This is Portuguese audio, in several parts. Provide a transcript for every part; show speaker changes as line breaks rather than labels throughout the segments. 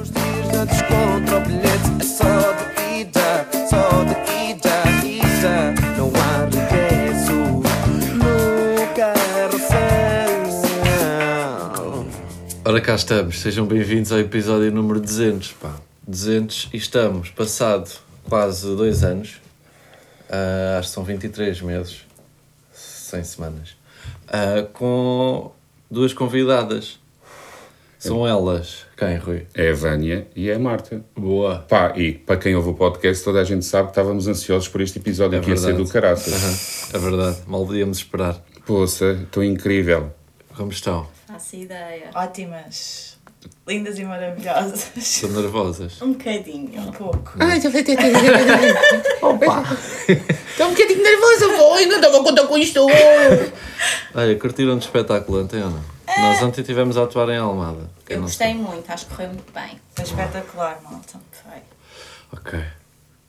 os dias na descontra, o bilhete é só de ida, só de ida, ida. Não há regresso no carrossel.
Ora cá estamos, sejam bem-vindos ao episódio número 200, pá. 200 e estamos, passado quase dois anos, ah, acho que são 23 meses, 100 semanas, ah, com duas convidadas. São elas, quem, Rui?
É a Vânia e é a Marta.
Boa.
Pá, e para quem ouve o podcast, toda a gente sabe que estávamos ansiosos por este episódio que ia ser do caraças.
É verdade, mal podíamos esperar.
Poça, estou incrível.
Como estão?
Faço ideia.
Ótimas, lindas e maravilhosas.
Estão nervosas?
Um bocadinho.
Um pouco.
Ai, estou um bocadinho nervosa, vou, ainda não vou contar com isto.
Olha, curtiram de espetáculo ontem ou não? Nós ontem estivemos a atuar em Almada. Quem
Eu
não
gostei muito, acho que correu muito bem.
Foi espetacular, malta. Foi.
Ok.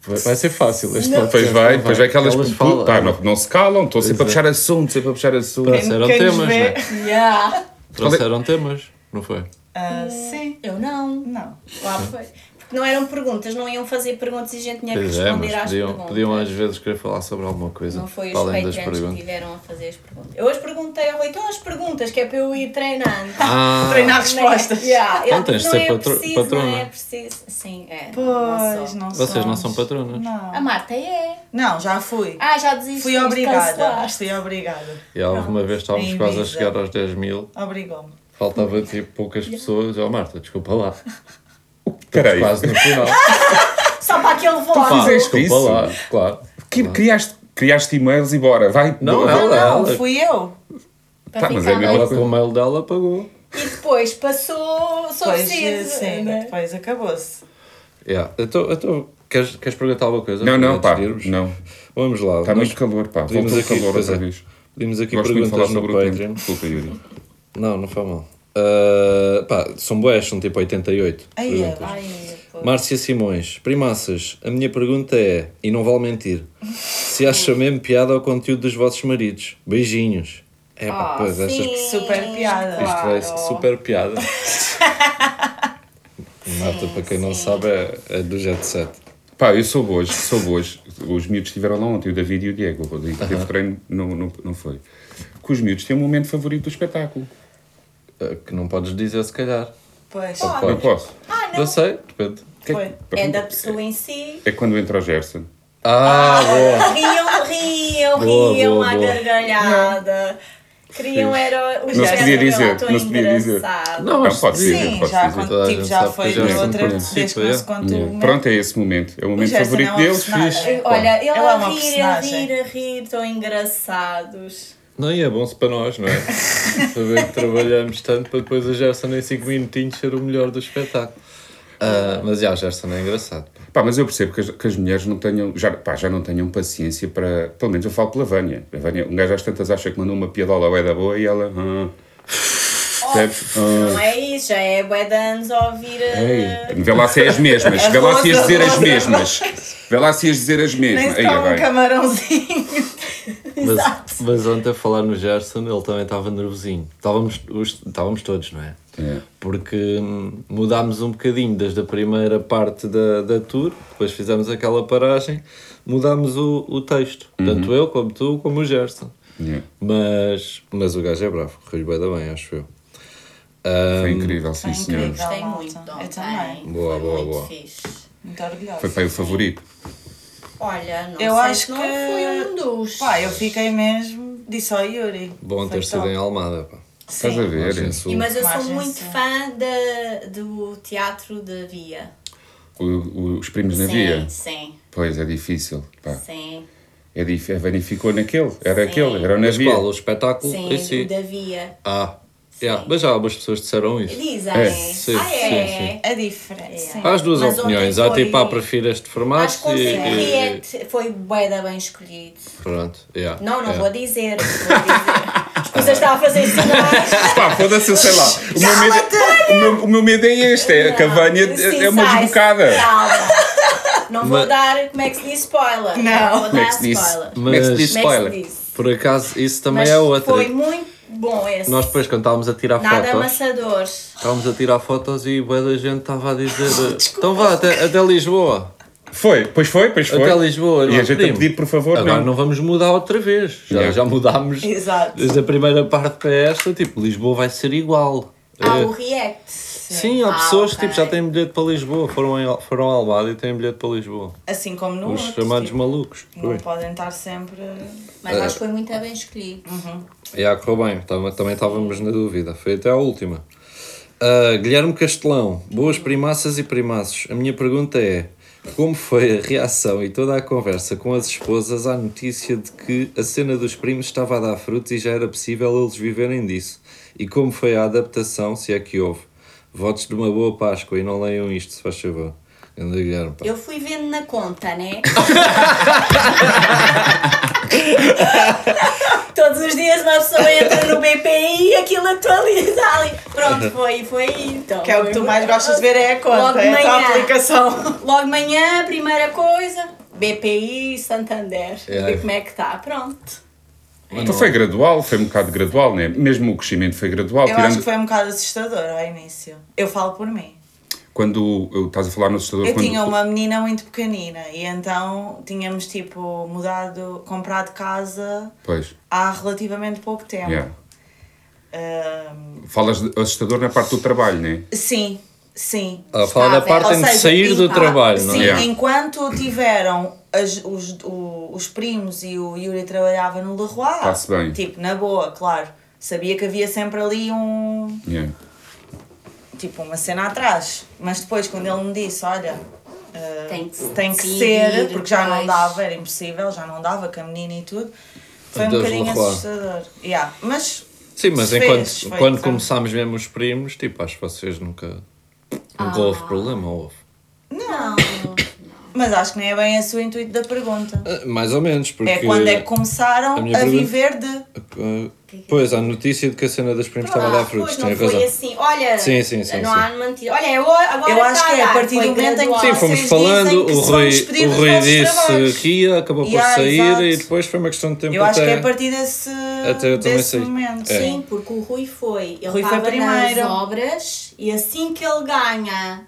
Vai, vai ser fácil este podcast,
Pois vai, pois vai que elas,
Elas falam.
Pá, não, não se calam, estou sempre a
Pois é.
puxar assunto, sempre a puxar assunto.
Quem-
Trouxeram
quem nos
temas,
vê-
né?
Yeah.
Trouxeram temas, não é? foi?
Ah, sim.
Eu não.
Não.
Lá foi. Porque não eram perguntas, não iam fazer perguntas e a gente tinha que
Pois é,
responder
mas
às
podiam,
perguntas.
podiam às vezes querer falar sobre alguma coisa.
Não foi é
para
os
além das
patrons que
perguntas.
tiveram a fazer as perguntas. Eu hoje perguntei ao Rui, então as perguntas que é para eu ir treinando.
Ah,
Treinar respostas.
Né? Yeah. Ele
Então tens de
disse, não
ser
é
patro-
preciso,
patrona.
Não é preciso. Sim, é. não
Pois,
sou.
não
vocês não
somos.
são patronas?
A
Não.
Marta é.
Não, já fui.
Ah, já desisti.
fui obrigada. Fui obrigada.
E alguma vez estávamos
Bem
quase a
visa.
chegar aos 10 mil,
Obrigou-me.
faltava tipo poucas pessoas. Ó Marta, desculpa lá.
Peraí,
Quase no final.
Só para aquele voto.
Pá,
fizeste
desculpa
isso?
lá, claro.
que- criaste, criaste e-mails e bora, vai.
Não,
bora.
ela-
Não,
ela-
fui eu.
Tá,
Para
mas
ficar
é
bem.
mesmo-
Ela com o mail dela pagou.
E depois passou. Sou
Depois, eh,
preciso.
sim,
né?
depois acabou-se.
Yeah. Então, então queres, queres perguntar alguma coisa?
Não, não,
Antes
pá,
de irmos?
não.
Vamos lá.
Está
nós
muito calor, pá.
pedimos
Voltou o
aqui-
calor
pois
outra
é.
vez.
Pedimos aqui
Gosto muito de falar
perguntas
sobre
no
o tempo.
Patreon.
Desculpa, Yuri.
Não, não foi mal. Ah, pá, são boas, são tipo 88.
Aí é,
perguntas.
vai.
Ai, pô.
Márcia Simões, primaças, a minha pergunta é, e não vale mentir, se acha mesmo piada ao conteúdo dos vossos maridos? Beijinhos. É pá,
Ah,
pois, estas
sim,
Super piada.
Isto vai ser
claro.
super piada. Marta, para quem não sabe, é, é do Jet Set.
Pá, eu soube hoje, soube hoje. Os miúdos estiveram lá ontem, o David e o Diego. O Rodrigo teve treino, não, não, não foi. Que os miúdos têm um momento favorito do espetáculo.
Ah, Que não podes dizer, se calhar.
Pois.
Ou
Não
podes?
posso.
Ah,
Não
não.
sei, depende.
Que-
Foi.
É da pessoa em si.
É quando entra o Gerson.
Ah, boa.
Riam, riam,
Boa,
riam
boa,
à
boa.
gargalhada. Queriam
Fixe.
era o
se podia dizer, não se podia dizer.
Não,
Não,
mas
pode ser.
Sim,
pode
já,
dizer.
quando-
Toda a
tipo,
gente
já
sabe
foi
que é o Gerson
outra vez
participa,
que não se
é.
contou o momento.
Pronto, é esse momento. É o momento
Gerson é
favorito
uma
deles.
personagem.
Fixe.
Olha, ele
Ela é uma
a rir, a
personagem.
rir, a rir, tão engraçados.
Não, e é bom se para nós, não é? Saber que trabalhamos tanto para depois a Gerson em 5 minutinhos ser o melhor do espetáculo. Ah, mas já, a Gerson é engraçado. pá.
Pá, mas eu percebo que as, que as mulheres não tenham, já, pá, já não tenham paciência para. Pelo menos eu falo pela Vânia. A Vânia, um gajo às tantas acha que mandou uma piadola ao da boa e ela. Ah,
Oh.
percebes?
Ah.
Não é isso, já é bué de anos a ouvir.
Ah,
uh,
Vê lá se é as mesmas.
A
Vê lá se ias
rosa,
dizer
a
as
rosa.
mesmas. Vê lá se ias dizer as
Nem
mesmas.
se
Aí
toma um
vai.
camarãozinho.
Mas, mas ontem a falar no Gerson, ele também estava nervosinho. Estávamos, os- estávamos todos, não é?
É.
Porque hum, mudámos um bocadinho desde a primeira parte da, da tour, depois fizemos aquela paragem, mudámos o, o texto. Tanto eu, como tu, como o Gerson.
Yeah.
Mas, mas o gajo é bravo, correu bem da bem, acho eu. Ah,
Foi incrível, sim,
Foi
senhor.
incrível.
Gostei
malta.
muito.
Eu também.
Boa,
Foi
boa,
muito
boa.
Fixe.
Muito orgulhosa.
Foi pai o favorito.
Olha, não
Eu
sei
acho
se não
que-
foi um dos.
Pá, eu fiquei mesmo. Disse ao Yuri.
Bom
Foi
ter sido
top.
em Almada, pá.
Estás a ver?
Margem Sul.
E, mas eu sou
Margem
muito
Sul.
fã de, do teatro da Via.
O- o- os primos na
sim,
via.
sim,
Pois, é difícil. Pá.
sim,
É dif... A Vânia ficou naquele. Era
Sim.
aquele. Era o
Mas
navio.
qual? O espetáculo
sim,
em si?
o da Via.
Ah, yeah, mas já algumas pessoas disseram isso.
Dizem.
É,
sim,
ah, é.
sim, sim.
É diferente. sim.
Há as duas
Mas ontem
opiniões. Há tipo,
foi-
ah, prefiro este formato
Acho que é o
e- e-
Henriette foi bué da bem escolhido.
Pronto, yeah,
Não, não
É.
yeah.
vou dizer. Vou dizer. As pessoas estavam a fazer sinais.
Pá, foda-se, eu sei lá. O meu, medo, é o, meu, o meu medo é este, é que a Vânia é, é uma
Sim, sai,
desbocada.
Calma. Não vou
Mas-
dar, como é que se diz, spoiler.
Não.
vou
Como é
dar
que se diz?
spoiler.
Como é que se
Mas-
diz
Como é que
spoiler?
se diz?
Por acaso, isso também
Mas
é outra.
foi muito bom esse.
Nós depois, quando estávamos a tirar
Nada é
fotos,
amassador.
estávamos a tirar fotos e boa da gente estava a dizer: Então vá até, até Lisboa.
Foi, pois foi, pois foi.
Até Lisboa,
E
irmão,
a gente a
primo.
pedir, por favor,
Agora
não.
não vamos mudar outra vez. Já,
Yeah.
já mudámos
Exato.
desde a primeira parte para esta. Tipo, Lisboa vai ser igual.
É.
Há
Eh,
o react.
sim, há
Ah,
pessoas que
ok.
tipo, já têm bilhete para Lisboa. Foram, em, foram a Almada e têm bilhete para Lisboa.
Assim como no
Então
Os
outro,
chamados
tipo,
malucos.
Não podem estar sempre.
É.
Mas acho que foi muito bem escolhido.
E a correu bem, tava- também estávamos na dúvida. Foi até a última. Ah, Guilherme Castelão, boas primaças e primaços. A minha pergunta é: como foi a reação e toda a conversa com as esposas à notícia de que a cena dos primos estava a dar frutos e já era possível eles viverem disso? E como foi a adaptação, se é que houve? Votos de uma boa Páscoa e não leiam isto, se faz favor. Anda, Guilherme. pá.
Eu fui vendo na conta, né?
Todos os dias uma pessoa entra no BPI e aquilo atualiza ali.
Pronto, foi, foi então.
Uhum. Que é o que tu mais gostas de ver é a
Logo
conta, é
de
a tua
manhã.
aplicação.
Logo de manhã, primeira coisa, BPI, Santander.
É.
E como é que está? Pronto.
Então foi gradual, foi um bocado gradual, né? Mesmo o crescimento foi gradual.
Eu acho que foi um bocado assustador ao início. Eu falo por mim.
Quando eu, estás a falar no assustador.
Eu
quando,
tinha um uma menina muito pequenina e então tínhamos tipo mudado, comprado casa
Pois.
há relativamente pouco tempo. Ah,
Yeah.
Ahm,
Falas de assustador na parte do trabalho, né?
sim, sim.
A falar da
Estável.
parte em
Ou
de
seja,
sair do
em-
trabalho, não
Sim,
é?
Yeah.
enquanto tiveram as- os, o- os primos e o Yuri trabalhava no Leroy.
Está-se bem.
Tipo, na boa, claro. Sabia que havia sempre ali um.
Yeah.
Tipo, uma cena atrás. Mas depois, quando ele me disse: Olha, ah,
Tem que
tem que
seguir,
ser, porque já não
pois.
dava, era impossível, já não dava com a menina e tudo. Foi um
Deus
bocadinho
Leroy.
assustador. Yeah, mas.
Sim, mas
se
enquanto,
fez, foi,
quando
foi.
começámos mesmo os primos, tipo, acho que vocês nunca. Nunca
Ah.
houve problema, houve.
Não.
Mas acho que nem é bem esse o intuito da pergunta.
Ah, Mais ou menos, porque.
É quando é que
a
começaram
minha
a,
pergunta-
viver de.
ah, pois, há notícia de que a cena dos
Ah,
primos estava a dar frutos,
Ah, pois não
tem
foi
razão.
assim. Olha,
Sim, sim, sim,
não
sim.
há mantido. Olha, eu, agora
Eu acho
está
que é a
dar,
partir
foi
do momento em que
gradual.
Sim, fomos
Vocês
falando,
dizem que
o
se vão
Rui,
despedir
o
dos
Rui
vossos
disse
trabalhos.
que ia, acabou por
Yeah,
sair
exato.
e depois foi uma questão de tempo
Eu acho que
até.
é a partir desse,
Até eu também
desse
sei.
momento.
É.
Sim, porque o Rui foi. Ele
Rui foi
estava nas
primeiro.
obras e assim que ele ganha,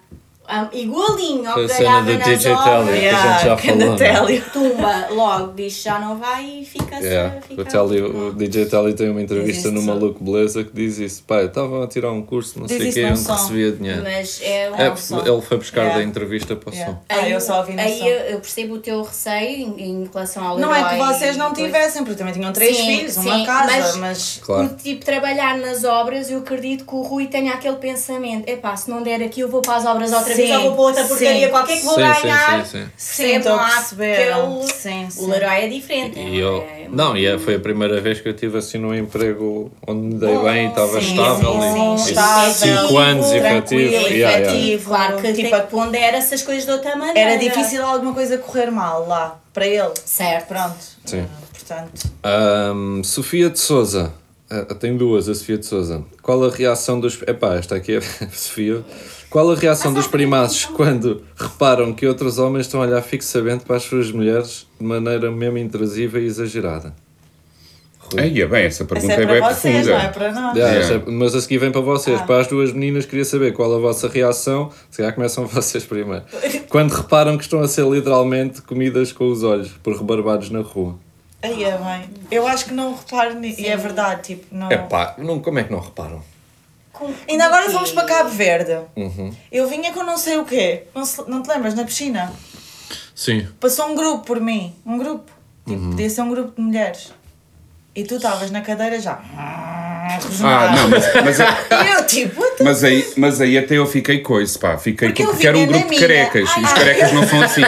ah, igualinho ao
Foi
que
a cena
ganhava
do
nas
DJ
obras,
Telly, que É, a gente já
Yeah,
falou.
grande
né?
Télio.
tumba logo, diz já não vai e fica-se.
Yeah.
fica
O, Telly, o DJ Telly tem uma entrevista
Existe
no
só.
Maluco Beleza que diz isso. Pai, estavam a tirar um curso, não
Diz
sei o
isso
quê,
num
onde
som.
recebia dinheiro.
Mas é um
É,
som.
ele foi buscar
Yeah.
da entrevista para o
Yeah.
som.
Ah, eu só ouvi no
aí
som.
eu, eu percebo o teu receio em, em relação ao
Não é que
herói
vocês
e
não
coisa.
tivessem, porque também tinham três
Sim,
filhos,
sim,
uma casa,
mas-
mas,
Claro.
Por, tipo, trabalhar nas obras, eu acredito que o Rui tenha aquele pensamento: epá, se não der aqui, eu vou para as obras outra vez,
Sim,
ou vou para outra
sim.
porcaria qualquer que vou
Sim, sim,
ganhar.
sim, sim.
Sim, estou a perceber.
Aquele...
Sim,
O
sim.
Leroy é diferente.
E
é-
eu,
é-
não, e é- foi a primeira vez que eu tive assim num emprego onde me dei bem, estava
Oh, sim,
estável
sim,
e
sim,
e
estável,
cinco anos efetivo.
tranquilo,
Yeah, yeah.
efetivo.
Claro que
Tipo,
É tipo, pondera essas coisas de outra maneira.
Era difícil alguma coisa correr mal lá, para ele.
Certo.
Pronto.
Sim.
Ah, portanto,
Ahm, Sofia de Souza. tem duas, a Sofia de Souza. Qual a reação dos. Epá, esta aqui é a Sofia. Qual a reação dos primaços quando reparam que outros homens estão a olhar fixamente para as suas mulheres de maneira mesmo intrusiva e exagerada?
Aí é bem, essa
essa
pergunta
é
é bem
para vocês,
profunda.
não é para nós.
Yeah,
Yeah.
essa- Mas a seguir vem para
Ah.
vocês. Para as duas meninas, queria saber qual a vossa reação. Se calhar começam vocês primeiro. Quando reparam que estão a ser literalmente comidas com os olhos por rebarbados na rua.
Aí é bem. Eu acho que não reparo nisso. E é verdade, tipo, não.
Epá, não, como é que não reparam?
Com-
Ainda agora
com-
fomos para Cabo Verde.
Uhum.
Eu vinha com não sei o quê. Não, se- não te lembras? Na piscina.
Sim.
Passou um grupo por mim. Um grupo. Tipo,
Uhum.
podia ser um grupo de mulheres. E tu estavas na cadeira já.
Ah, não, mas, mas,
E eu tipo, what the-
mas aí, mas aí até eu fiquei coisa, pá. Fiquei porque,
Porque eu
porque era um
vinha na
grupo de
minha.
carecas.
Ai,
e os
ai.
carecas não são assim.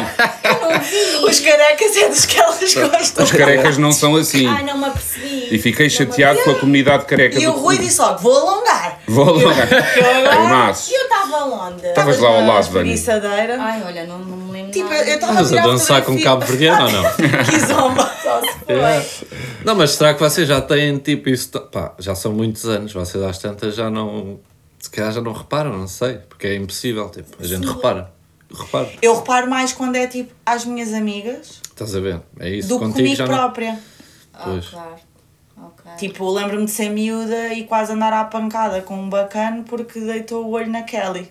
os carecas é dos que elas gostam.
Os carecas não são assim.
Ah, não me apercebi.
E fiquei
Não me
chateado com a comunidade careca.
E o
do-
Rui disse logo, vou alongar.
Vou alongar.
apercebi.
Primaços.
E eu estava onde?
Estavas lá ao
Na
lado, Vânia.
espreguiçadeira.
Ai, olha, não, não me lembro.
Tipo,
nada.
eu estava
Estavas a
tirar
dançar com
fotografia.
Cabo Verdeano ou não?
Que zomba.
É. Não, mas será que vocês já têm tipo isso? t- Pá, já são muitos anos, vocês às tantas já não. Se calhar já não reparam, não sei, porque é impossível, tipo, a gente repara. Repara,
Eu reparo mais quando é tipo às minhas amigas
estás a ver? É isso,
do que
contigo
comigo
já não.
própria.
Ah,
Pois.
claro. Ok.
Tipo, lembro-me de ser miúda e quase andar à pancada com um bacano porque deitou o olho na Kelly.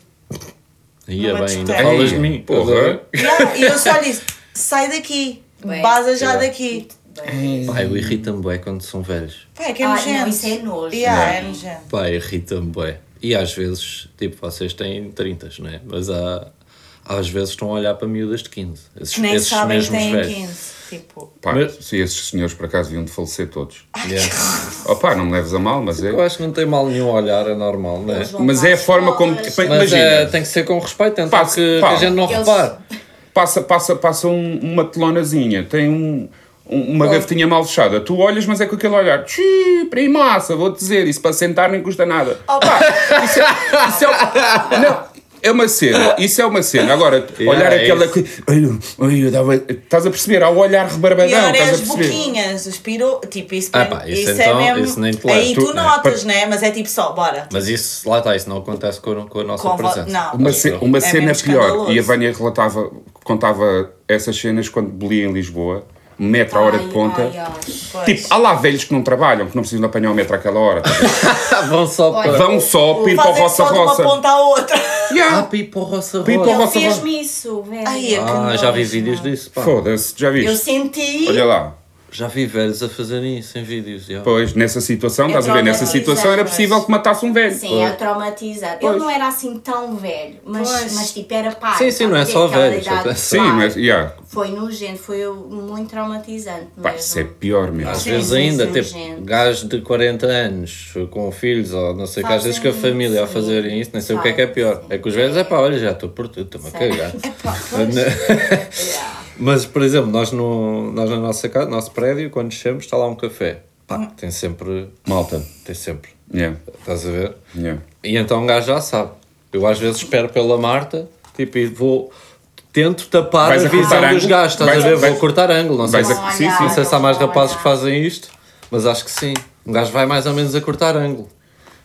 Ia
Numa
bem, ainda
discoteca.
falas de mim.
Porra.
Yeah, e eu só disse: sai daqui,
Bem,
baza já
yeah.
daqui.
Pá,
Hum.
eu irrita-me bué quando são velhos.
Pá, é que é
Ah,
nojento.
não, isso é nojo.
Yeah,
Não.
é nojento.
Pá, irrita-me bué. E às vezes, tipo, vocês têm 30, não é? Mas há, às vezes estão a olhar para miúdas de 15. Esses,
Que nem
esses
sabem que
mesmos
têm
velhos.
15. Tipo,
Pá,
Mas-
se esses senhores por acaso iam de falecer todos.
Yeah.
Opá, não me leves a mal, mas é.
Eu acho que não tem mal nenhum olhar, é normal, não é?
Eles vão
Mas
para
é a
as
forma como.
escolas.
Pá,
Mas
Imagina,
é, tem que ser com respeito, então
Pá,
que,
pá.
que a gente não
Eles-
repare.
passa, passa, passa um- uma telonazinha, tem um- um- uma gavetinha mal fechada. Tu olhas, mas é com aquele olhar. Tchiii, primaça, vou te dizer, isso para sentar nem custa nada.
Oh.
Pá, isso é, isso é- não, é uma cena, isso é uma cena. Agora, olhar
é
aquela. que- Ai, ai, eu dava- Estás a perceber? Há o olhar
e
rebarbadão,
olha
estás a
as
perceber?
boquinhas, os piro... Tipo, isso,
Ah,
para-
pá, isso então- isso nem te leva.
Aí tu,
Tu-
notas, né? Mas é tipo só, bora.
Mas isso, lá está, isso não acontece com, a- com a nossa
Com vo-
presença.
não.
Uma, ce- uma
É
cena
menos
pior,
escandaloso.
e a Vânia relatava, contava essas cenas quando bolia em Lisboa, metro à hora de
Ai,
ponta.
ai, ai.
Pois.
Tipo, há lá velhos que não trabalham, que não precisam de apanhar o metro àquela hora.
Ah, Vão só
Olha,
para.
Vão só para ir para o
Fazem
Roça
É só de uma
Roça.
ponta à outra.
Ah,
Yeah.
para ir para o Roça
Para ir para o
Roça.
Ele
Roça Roça.
fez-me isso, velho.
Ai, é que
Ah, já vi
nojo,
vídeos
não.
disso, pá.
Foda-se, já viste?
Eu senti.
Olha lá.
Já vi velhos a fazerem isso em vídeos. já.
Pois, nessa situação, estás a ver? Nessa
traumatizante,
situação era
mas-
possível que matasse um velho.
Sim, é traumatizado. Ele não era assim tão velho, mas,
Pois.
mas tipo, era pai.
Sim, sim, não é só velho, só tem-
Sim, mas. Yeah.
Foi nojento, foi muito traumatizante mesmo.
Pá, isso é pior mesmo.
Às
Sim,
vezes
sim,
ainda,
sim,
tipo,
gente.
gajos de 40 anos com filhos ou não sei o que, às vezes com a
Fazem
família a
isso,
fazerem isso, nem sei o que é que é pior.
fazem.
É que os velhos é pá, olha, já estou por tudo, estou-me a cagar.
Epá, pois. Yeah.
Mas, por exemplo, nós, no, nós na nossa casa, no nosso prédio, quando chegamos, está lá um café. Pá,
Hum.
tem sempre.
Malta.
Tem sempre.
Yeah.
Estás a ver?
Yeah.
E então um gajo já sabe. Eu às vezes espero pela Marta, tipo, e vou. Tento tapar
Vais
a
a cortar
visão dos
ângulo?
gajos, estás
Vais-
a ver?
vais-
vou cortar ângulo, não sei,
vais
se-
a- sim, sim.
não sei se há mais
Olha,
rapazes que
olha.
fazem isto, mas acho que sim. Um gajo vai mais ou menos a cortar ângulo.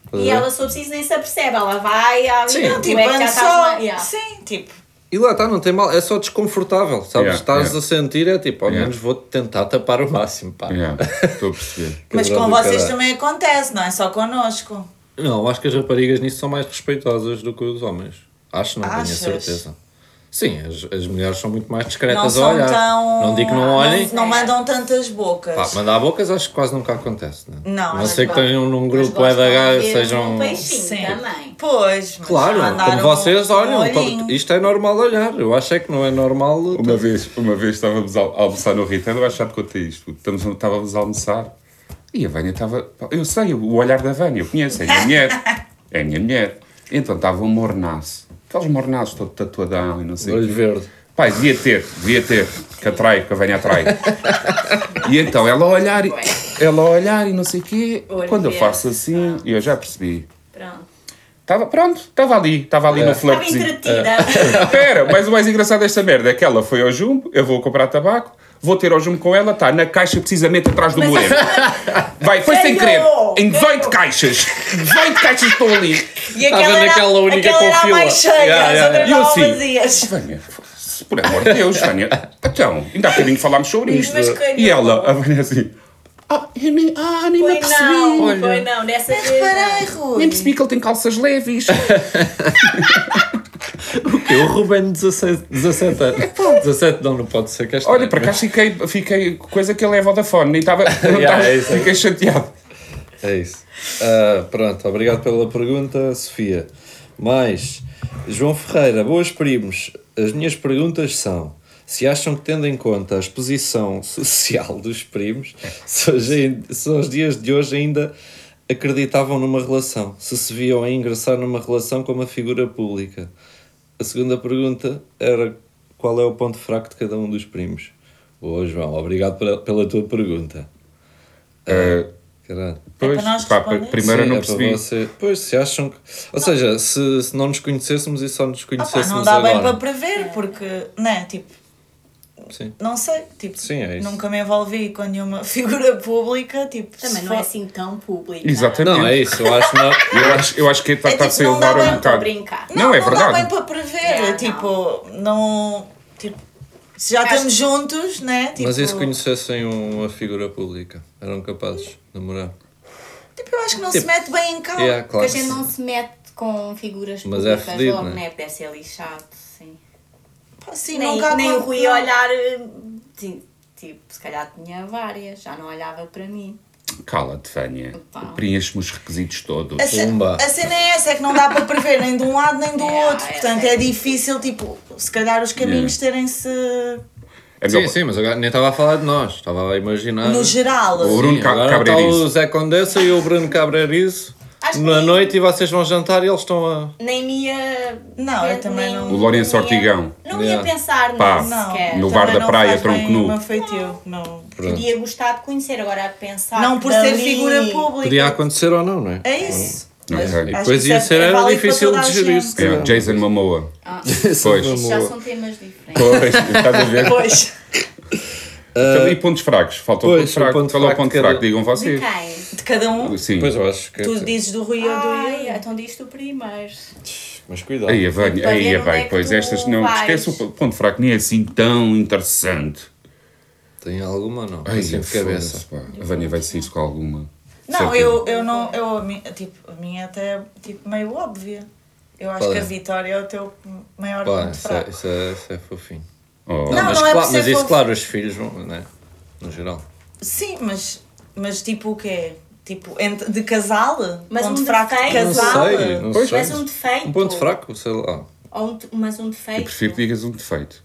Estás a
E
ver?
ela, se eu preciso, nem se apercebe. Ela vai, ah,
Sim.
não, tu
Tipo,
é que já
ando
estás lá.
só.
Yeah.
Sim, tipo.
E lá está, não tem mal, é só desconfortável, sabes?
Yeah,
Estás
yeah.
a sentir, é tipo, ao
Yeah.
menos vou tentar tapar o máximo, pá.
Yeah. Estou a perceber.
Mas
Cabrão
com
do
vocês
caralho.
também acontece, não é só connosco.
Não, acho que as raparigas nisso são mais respeitosas do que os homens. Acho, não
Achas?
tenho a certeza. Sim, as, as mulheres são muito mais discretas
Não
a
são
olhar.
tão.
Não digo que não olhem.
Não, mandam tantas bocas.
Pá, mandar bocas acho que quase nunca acontece, né?
Não,
A não
mas
ser que
pá,
tenham num
Mas
grupo é
gostam
da
de ver
sejam.
Um peixinho também.
Pois, mas
Claro,
mandar
como
um-
vocês
um
olham,
olhinho.
pá, isto é normal olhar. Eu achei que não é normal.
Uma vez, uma vez estávamos a a almoçar no Rita, eu vou achar de conta isto. Estamos, estávamos a almoçar e a Vânia estava. pá, Eu sei o olhar da Vânia, eu conheço, é a minha mulher. É a minha mulher. Então estava um mornaço. Aqueles mornaços todo tatuadão e não sei o quê.
Olho verde.
Pai, devia ter, devia ter, que atrai, que a venha atrai. e então ela a olhar, e- ela a olhar e não sei o quê,
Olho
quando eu
verde. Ah.
faço assim, eu já percebi.
Pronto.
Estava, pronto, estava ali, estava ali
É.
no
Estava
flirtzinho.
entretida.
Espera, mas o mais engraçado desta merda é que ela foi ao Jumbo, eu vou comprar tabaco, vou ter ao Jumbo com ela, está na caixa precisamente atrás do moreno. Vai, foi sem querer,
Ganhou!
em 18 caixas, 18 caixas estão ali.
E aquela
tá vendo
era,
aquela única
aquela
com
era a
fila?
mais cheia,
Yeah,
as
yeah,
yeah.
outras
Eu
estavam
sim.
vazias.
Vânia, se por amor de Deus, Vânia. Então, ainda há bocadinho falámos sobre isto.
Mas calhou.
E ela, a Vânia assim. Ah, eu nem, ah, nem me
Foi
apercebi.
não,
Olha,
foi não. Dessa vez
Parai,
não.
Rui.
Nem percebi que ele tem calças leves.
Eu, Ruben, 17, 17 anos. 17 É não, não pode ser que esta.
Olha, para cá fiquei, fiquei coisa que ele é Vodafone. Nem estava. não
Yeah,
estava-
é isso aí.
fiquei chateado.
É isso. Ah, pronto, obrigado pela pergunta, Sofia. Mais, João Ferreira, boas primos. As minhas perguntas são: se acham que, tendo em conta a exposição social dos primos, se, hoje, ain- se aos dias de hoje ainda acreditavam numa relação, se se viam a ingressar numa relação com uma figura pública. A segunda pergunta era: qual é o ponto fraco de cada um dos primos? Boa, João, obrigado pela- pela tua pergunta.
Ah,
Caralho.
pois,
para nós
pá,
responder?
primeiro eu
Sim,
não
é para
percebi.
você- Pois, se acham que. Ou seja, se, se não nos conhecêssemos e só nos
Ah, pá,
conhecêssemos
não dá
agora.
bem para prever, porque, né, tipo,
Sim.
não sei, tipo,
Sim, é isso.
nunca me envolvi com nenhuma figura pública, tipo,
Também
se
não é
for-
assim tão público.
Exatamente.
Não, é isso, eu acho que não.
Tipo-
Eu acho, eu acho que está
É
está a
tipo,
ser
não dá
elevado
bem
um
para
bocado.
brincar.
Não, é
dá bem
verdade.
para prever,
Yeah,
tipo, não, tipo, Se já estamos juntos, né? Tipo,
Mas e se conhecessem um, uma figura pública? Eram capazes de namorar?
tipo, eu acho que não se
Tipo,
mete bem em calma.
É, claro.
Porque a gente não se mete com figuras
Mas é
públicas
fedido,
logo,
né?
né? Deve ser lixado, sim.
Pá, sim,
nem,
assim, não cabe
nem o
ao-
Rui olhar. eh, ti- Tipo, se calhar tinha várias, já não olhava para mim.
Cala-te, Fânia.
Opa.
Preenche-me os requisitos todos.
A, ce-
Pumba.
a cena é essa, é que não dá para prever nem de um lado nem do
É,
outro.
é,
Portanto,
é.
é difícil, tipo, se calhar os caminhos terem-se
É
Sim,
melhor-
sim, mas agora nem estava a falar de nós, estava a imaginar.
no geral. assim.
O
Sim,
Bruno Ca-
agora está
Cabreirizo.
o Zé Condessa e o Bruno Cabreirizo
Acho que
na
sim.
noite e vocês vão jantar e eles estão a.
Nem me ia.
Não, eu também
nem-
não-
O Lourenço
não ia-
Ortigão.
Não
Yeah.
ia pensar
Pá,
nisso
Não,
sequer.
no
também
bar da
não
praia,
faz bem
tronco nu.
uma feitio, não.
Podia gostar de conhecer, agora a pensar.
Não por ser
dali-
figura pública.
Podia acontecer ou não, não é?
É isso.
Não
Mas
sei.
acho
Depois
que
ia
isso é
ser era
válido para
difícil
toda a
de gerir,
gente.
se
É, Jason Momoa.
Ah,
Pois.
isto já são temas diferentes.
Pois, estás a ver?
Pois.
Então, e pontos fracos? Falta o
pois,
ponto fraco.
o ponto
Qual é o
fraco
ponto
de cada- um.
fraco? Digam
De
vocês.
quem?
De cada um,
Sim.
Pois eu acho que. é assim.
tu dizes do Rui ou do
Ai,
Ian.
então diz tu primeiro.
Mas cuidado.
Aí, Vânia,
Para ver
aí,
onde é
bem,
que
pois
tu
estas não.
vais.
Esquece o ponto fraco, nem é assim tão interessante.
Tem alguma ou não?
Ai,
assim de cabeça.
é foda-se, pá. A Vânia vai sair com alguma.
Não,
Certo.
eu, eu não, eu, a mi- tipo, a minha até é, tipo, meio óbvia. Eu acho
Qual
que
é?
a vitória é o teu maior
Pá,
ponto
isso é,
fraco.
isso, é, isso é fofinho.
Oh,
Não,
mas
não é por
claro,
ser
mas isso,
fofo.
claro, os filhos vão, né? No geral.
Sim, mas, mas tipo o quê? Tipo, ent- de casal?
Mas
ponto
um
fraco de
defeito. Não
casal?
sei, não
Pois,
sei.
Mas um defeito.
Um ponto fraco, sei lá.
Ou um de- mas um defeito.
Eu prefiro que digas um defeito.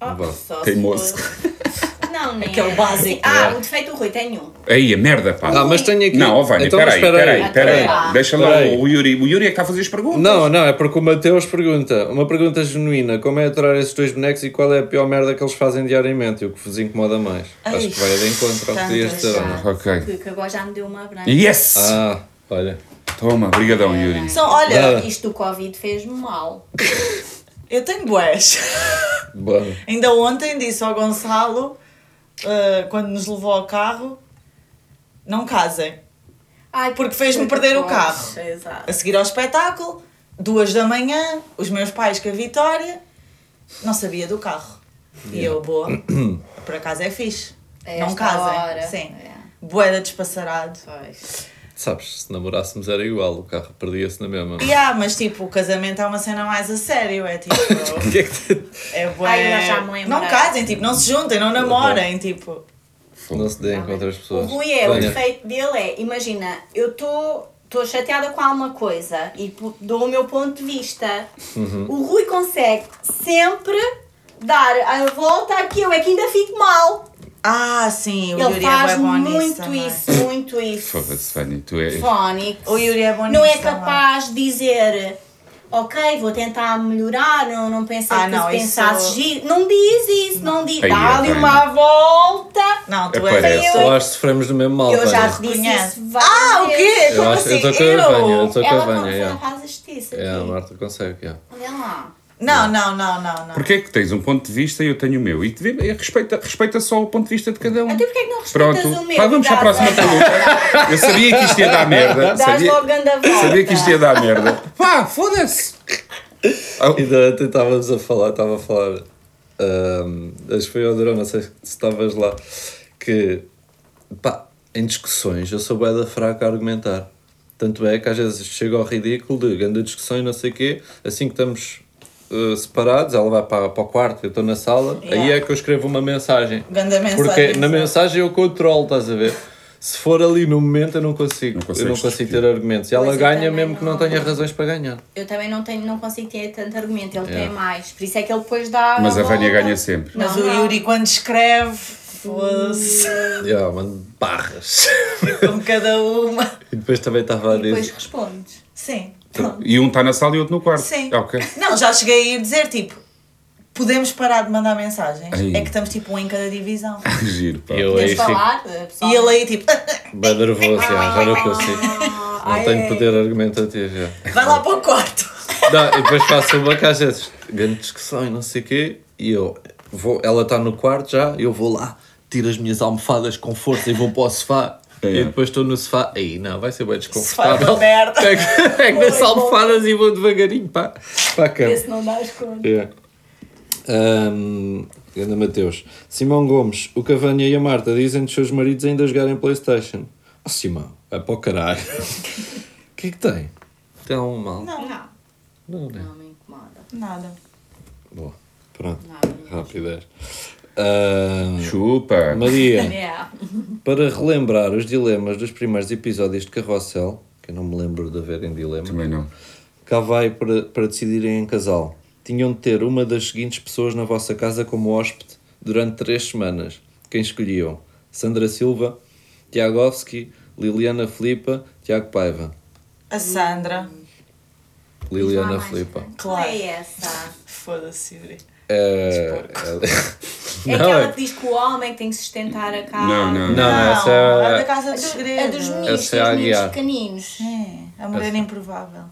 Vá.
oh, só se
Teimoso.
for- Não, nem
Aquele básico. né?
Ah, o defeito do Rui tem um.
Aí, a merda, pá.
Ah, mas tenho aqui.
Não, ó, Vânia,
Então, mas
peraí, peraí,
aí.
peraí.
Espera aí.
Deixa lá
Espera aí.
o Yuri. O Yuri é que está a fazer as
Um
perguntas.
Não, não, é porque o Mateus pergunta, uma pergunta genuína, como é aturar esses dois bonecos e qual é a pior merda que eles fazem diariamente e o que vos incomoda mais?
Ai,
Acho que vai de encontro ao que podias dizer ou não.
tantas.
Ok.
Que, que agora já me deu uma branca.
Yes!
Ah, olha.
Toma, brigadão, Yuri.
São, olha,
Nada.
Isto do Covid fez-me mal.
eu tenho boés.
Bom.
Ainda ontem disse ao Gonçalo, ah, quando nos levou ao carro, não casem.
Ai,
Porque fez-me perder o carro.
Exato.
A seguir ao espetáculo, duas da manhã, os meus pais com a Vitória, não sabia do carro. E eu, boa, por acaso é fixe.
É
não
esta
casem.
hora.
Sim.
É.
Boeda despassarado.
Pois.
Sabes, se namorássemos era igual, o carro perdia-se na mesma.
E há, mas tipo, o casamento é uma cena mais a sério, é tipo.
O que é que te-
é bué-
Ai, eu já me lembrei.
Não casem, tipo, não se juntem, não namorem, tipo.
não se deem com outras
O
pessoas?
Rui é, o
Olha,
defeito dele é, imagina, eu estou. Estou chateada com alguma coisa e pu- dou o meu ponto de vista.
Uhum.
O Rui consegue sempre dar a volta aqui, eu é que ainda fico mal.
Ah, sim, o
Ele
Yuri é bué
faz
bom nisso
muito
também.
isso, muito isso.
Foda-se, Vânia, tu é- és.
Fónico.
O Yuri é bom
Não é
nisso
capaz de dizer, ok, vou tentar melhorar, não, não pensei
Ah,
que
não,
se pensasse
isso-
giro. Não diz isso, não, diz.
Aí,
Dá ali
Vânia.
uma volta.
Não, tu és
Aparece.
eu.
só acho que sofremos do mesmo mal,
é Eu já
Vânia.
disse
Conhece.
isso várias
Ah, o quê?
vezes.
Como
Eu acho- eu
assim?
tô com a Vânia, eu tô- Só que a
Ela
Vânia,
não
é.
faz justiça.
É, a
aqui.
Marta consegue, é.
Olha lá.
Não, não, não, não, não.
Porquê é que tens um ponto de vista e eu tenho o meu? E te vê- e respeita, respeita só o ponto de vista de cada um.
Até porque é que não respeitas
Pronto.
o meu?
Pá, vamos para a
Dás
próxima pergunta. Eu sabia que isto ia dar merda.
Dás
Sabia,
logo Tá grande a volta.
sabia que isto ia dar merda. Pá, foda-se!
Ainda ontem estávamos a falar, estava a falar, ahm, acho que foi ao Durão, não sei se estavas lá, que pá, em discussões eu sou boeda fraca a argumentar. Tanto é que às vezes chego ao ridículo de grande discussão e não sei o quê, assim que estamos eh, separados, ela vai para, para o quarto, eu estou na sala, aí
Yeah.
é que eu escrevo uma mensagem.
Grande mensagem.
Porque na
sim.
mensagem eu controlo, estás a ver? Se for ali no momento eu não consigo, eu não
consegues
consigo
discutir.
ter argumentos. E ela
Pois, eu
ganha
também
mesmo que não
não.
tenha razões para ganhar.
Eu também não, tenho, não consigo ter tanto argumento, ele
Yeah.
tem mais. Por isso é que ele depois dá.
Mas a Vânia
volta.
ganha sempre.
Mas
Não,
o
não.
Yuri quando escreve, foda-se,
Yeah, mano, barras.
com cada uma.
E depois também estava a
E depois
dizer.
respondes.
Sim.
Então,
E um está na sala e outro no quarto.
Sim.
é
Ah, ok.
Não, já cheguei a ir dizer tipo, podemos parar de mandar mensagens.
Ai.
É que estamos tipo um em cada divisão.
Giro, pá.
Eu aí
Podes
fico
falar? eh,
E
pessoalmente?
ele aí tipo,
bem nervoso, já, já não consigo. Não
Ai,
tenho
ai.
poder argumentativo. já.
vai lá para o quarto.
Não, e depois faço uma que às vezes, grande discussão e não sei o quê, e eu vou, ela está no quarto já, eu vou lá, tiro as minhas almofadas com força e vou para o sofá.
É.
E depois estou no sofá, aí não, vai ser bem desconfortável.
Sofá é uma merda.
Pego, pego nas almofadas e vou devagarinho pá, para a cama.
Esse não dá as contas.
É. Ahm, Ana Mateus. Simão Gomes. O Cavani e a Marta dizem dos seus maridos ainda jogarem Playstation. Oh, Simão, vai para o caralho. O que é que tem? Tem algum mal?
Não,
Não,
Não, né?
não me incomoda.
nada.
Boa. Pronto.
Nada mesmo.
Rapidez. Ahm,
Chupa.
Maria.
Yeah.
Para relembrar os dilemas dos primeiros episódios de Carrossel, que eu não me lembro de haverem dilemas,
Também não.
cá vai para, para decidirem em casal. Tinham de ter uma das seguintes pessoas na vossa casa como hóspede durante três semanas. Quem escolhiam? Sandra Silva, Tiagovski, Liliana Flipa, Tiago Paiva.
A Sandra.
Não há
Liliana
mais
Flipa.
nada.
Claro.
É essa.
Foda-se, Yuri.
É,
É
Não,
aquela
é-
que diz que o homem tem que sustentar a casa.
Não, não.
Não, essa é-
a da Casa
A,
dos
do,
Segredos.
a dos meninos,
Essa é a
dos meninos
Aguiar.
pequeninos.
É, a mulher improvável.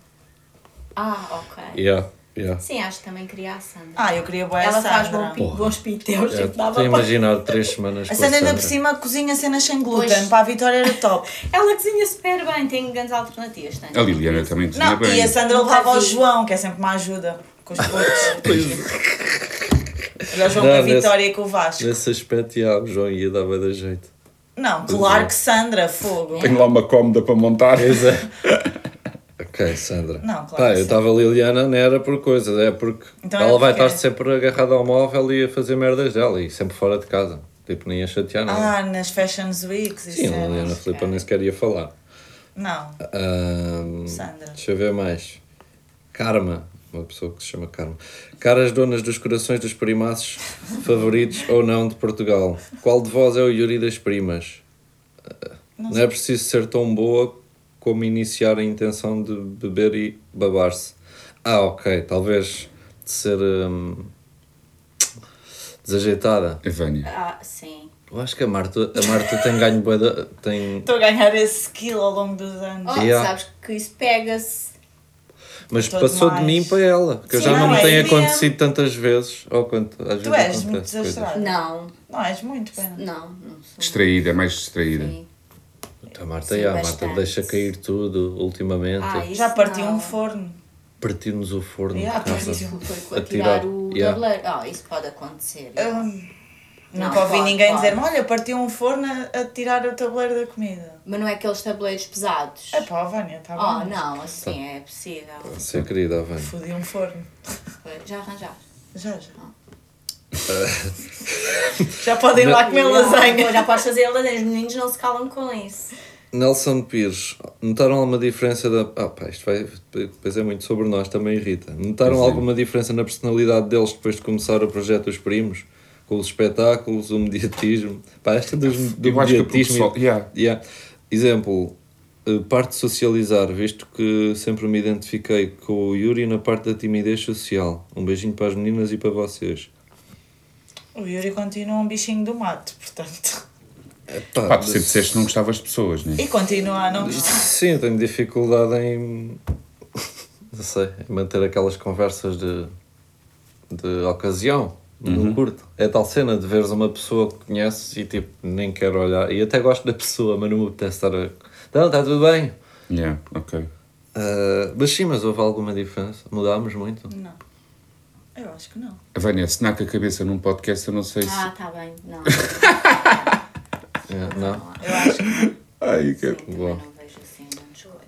Ah, ok.
yeah, yeah.
Sim, acho que também queria a Sandra.
Ah, eu queria boa a
Ela faz
Sandra.
bom pi- bons piteus,
Eu
sempre
Estou
dava
a
para...
imaginar três semanas
A
com
Sandra ainda por
Sandra.
cima cozinha cenas sem glúten.
Pois.
Para a Vitória era top.
Ela cozinha super bem, tem grandes alternativas. tanto.
A Liliana também cozinha
Não,
bem.
e a Sandra
Nunca
levava ao
vi.
João, que é sempre uma ajuda com os porcos. Era o João com a
Não, nesse-
Vitória e com o Vasco.
Nesse aspecto, yeah, o João ia dar bem da jeito.
Não, claro que Sandra, fogo.
Tenho lá uma cómoda para montar.
Ok, Sandra.
Não, claro
Pá,
que
eu
sim.
estava Liliana, não era por coisas, é porque
Então
ela
era
vai
porque-
estar sempre agarrada ao móvel e a fazer merdas dela e sempre fora de casa. Tipo, nem a chatear nada.
Ah, nas Fashion Weeks, isso
Sim, a
é.
Liliana
mas-
Filipa nem sequer ia falar.
Não,
Ahm,
Sandra.
Deixa eu ver mais. Karma. Uma pessoa que se chama Karma. Caras donas dos corações dos primaços favoritos ou não de Portugal. Qual de vós é o Yuri das primas? Ah, Não é preciso ser tão boa como iniciar a intenção de beber e babar-se. Ah, ok. Talvez de ser hum, desajeitada.
A Vânia.
Ah, sim.
Eu acho que a Marta, a Marta tem ganho bué da- tem
estou a ganhar esse skill ao longo dos anos.
Oh,
Yeah.
Sabes que isso pega-se.
Mas
Todo
passou de
mais.
mim para ela, que eu
Sim,
já não,
não,
me
é
tem
isso mesmo.
acontecido tantas vezes. Ou quanto, às
Tu
vezes
és muito
acontece coisas.
desastrada.
Não,
Não és muito, pena.
não, não sou.
Distraída, é mais distraída.
Sim.
A Então, Marta,
Sim,
já, a Marta
bastante.
deixa cair tudo ultimamente.
Ah, isso
Já partiu
não.
um forno.
Partiu-nos o forno.
Yeah,
de casa.
é
partiu.
Foi
Atirar.
atirar o
Yeah.
tabuleiro. Ah, isso pode acontecer.
Hum,
Não,
nunca ouvi
pode,
ninguém
pode.
dizer-me: olha, partiu um forno a, a tirar o tabuleiro da comida.
Mas não é aqueles tabuleiros pesados.
É pá, Vânia, está
Oh,
bom.
não, assim
Tá.
é possível.
Sim, querida, Havana.
Fodi um forno.
Foi-
Tá.
Já arranjaste.
Já, já. Ah. já podem ir
Não.
lá comer lasanha.
Já podes fazer lasanha. Os meninos não se calam com isso.
Nelson Pires, notaram alguma diferença da. Ah, pá, isto vai. Depois é muito sobre nós, também irrita. Notaram
é.
alguma diferença na personalidade deles depois de começar o projeto dos primos? Com os espetáculos, o mediatismo? Pá, esta dos, do
Eu acho que o
mediatismo.
pessoal- yeah.
Yeah. Exemplo, eh, parte de socializar, visto que sempre me identifiquei com o Yuri na parte da timidez social. Um beijinho para as meninas e para vocês.
O Yuri continua um bichinho do mato, portanto.
Pá, tu sempre disseste que não gostavas de pessoas, né?
E continua a não gostar.
Sim, tenho dificuldade em. Não sei, em manter aquelas conversas de. de ocasião. Não curto. É tal cena de veres uma pessoa que conheces e tipo, nem quero olhar. E até gosto da pessoa, mas não me apetece estar a. Não, está tudo bem.
Yeah, ok.
Ah, mas sim, mas houve alguma diferença? Mudámos muito?
Não. Eu acho que não.
A Vânia, se naca a cabeça num podcast, eu não sei se.
Ah, tá bem. Não.
É, não?
Eu acho que
Ai, que...
Também não vejo assim grandes coisas.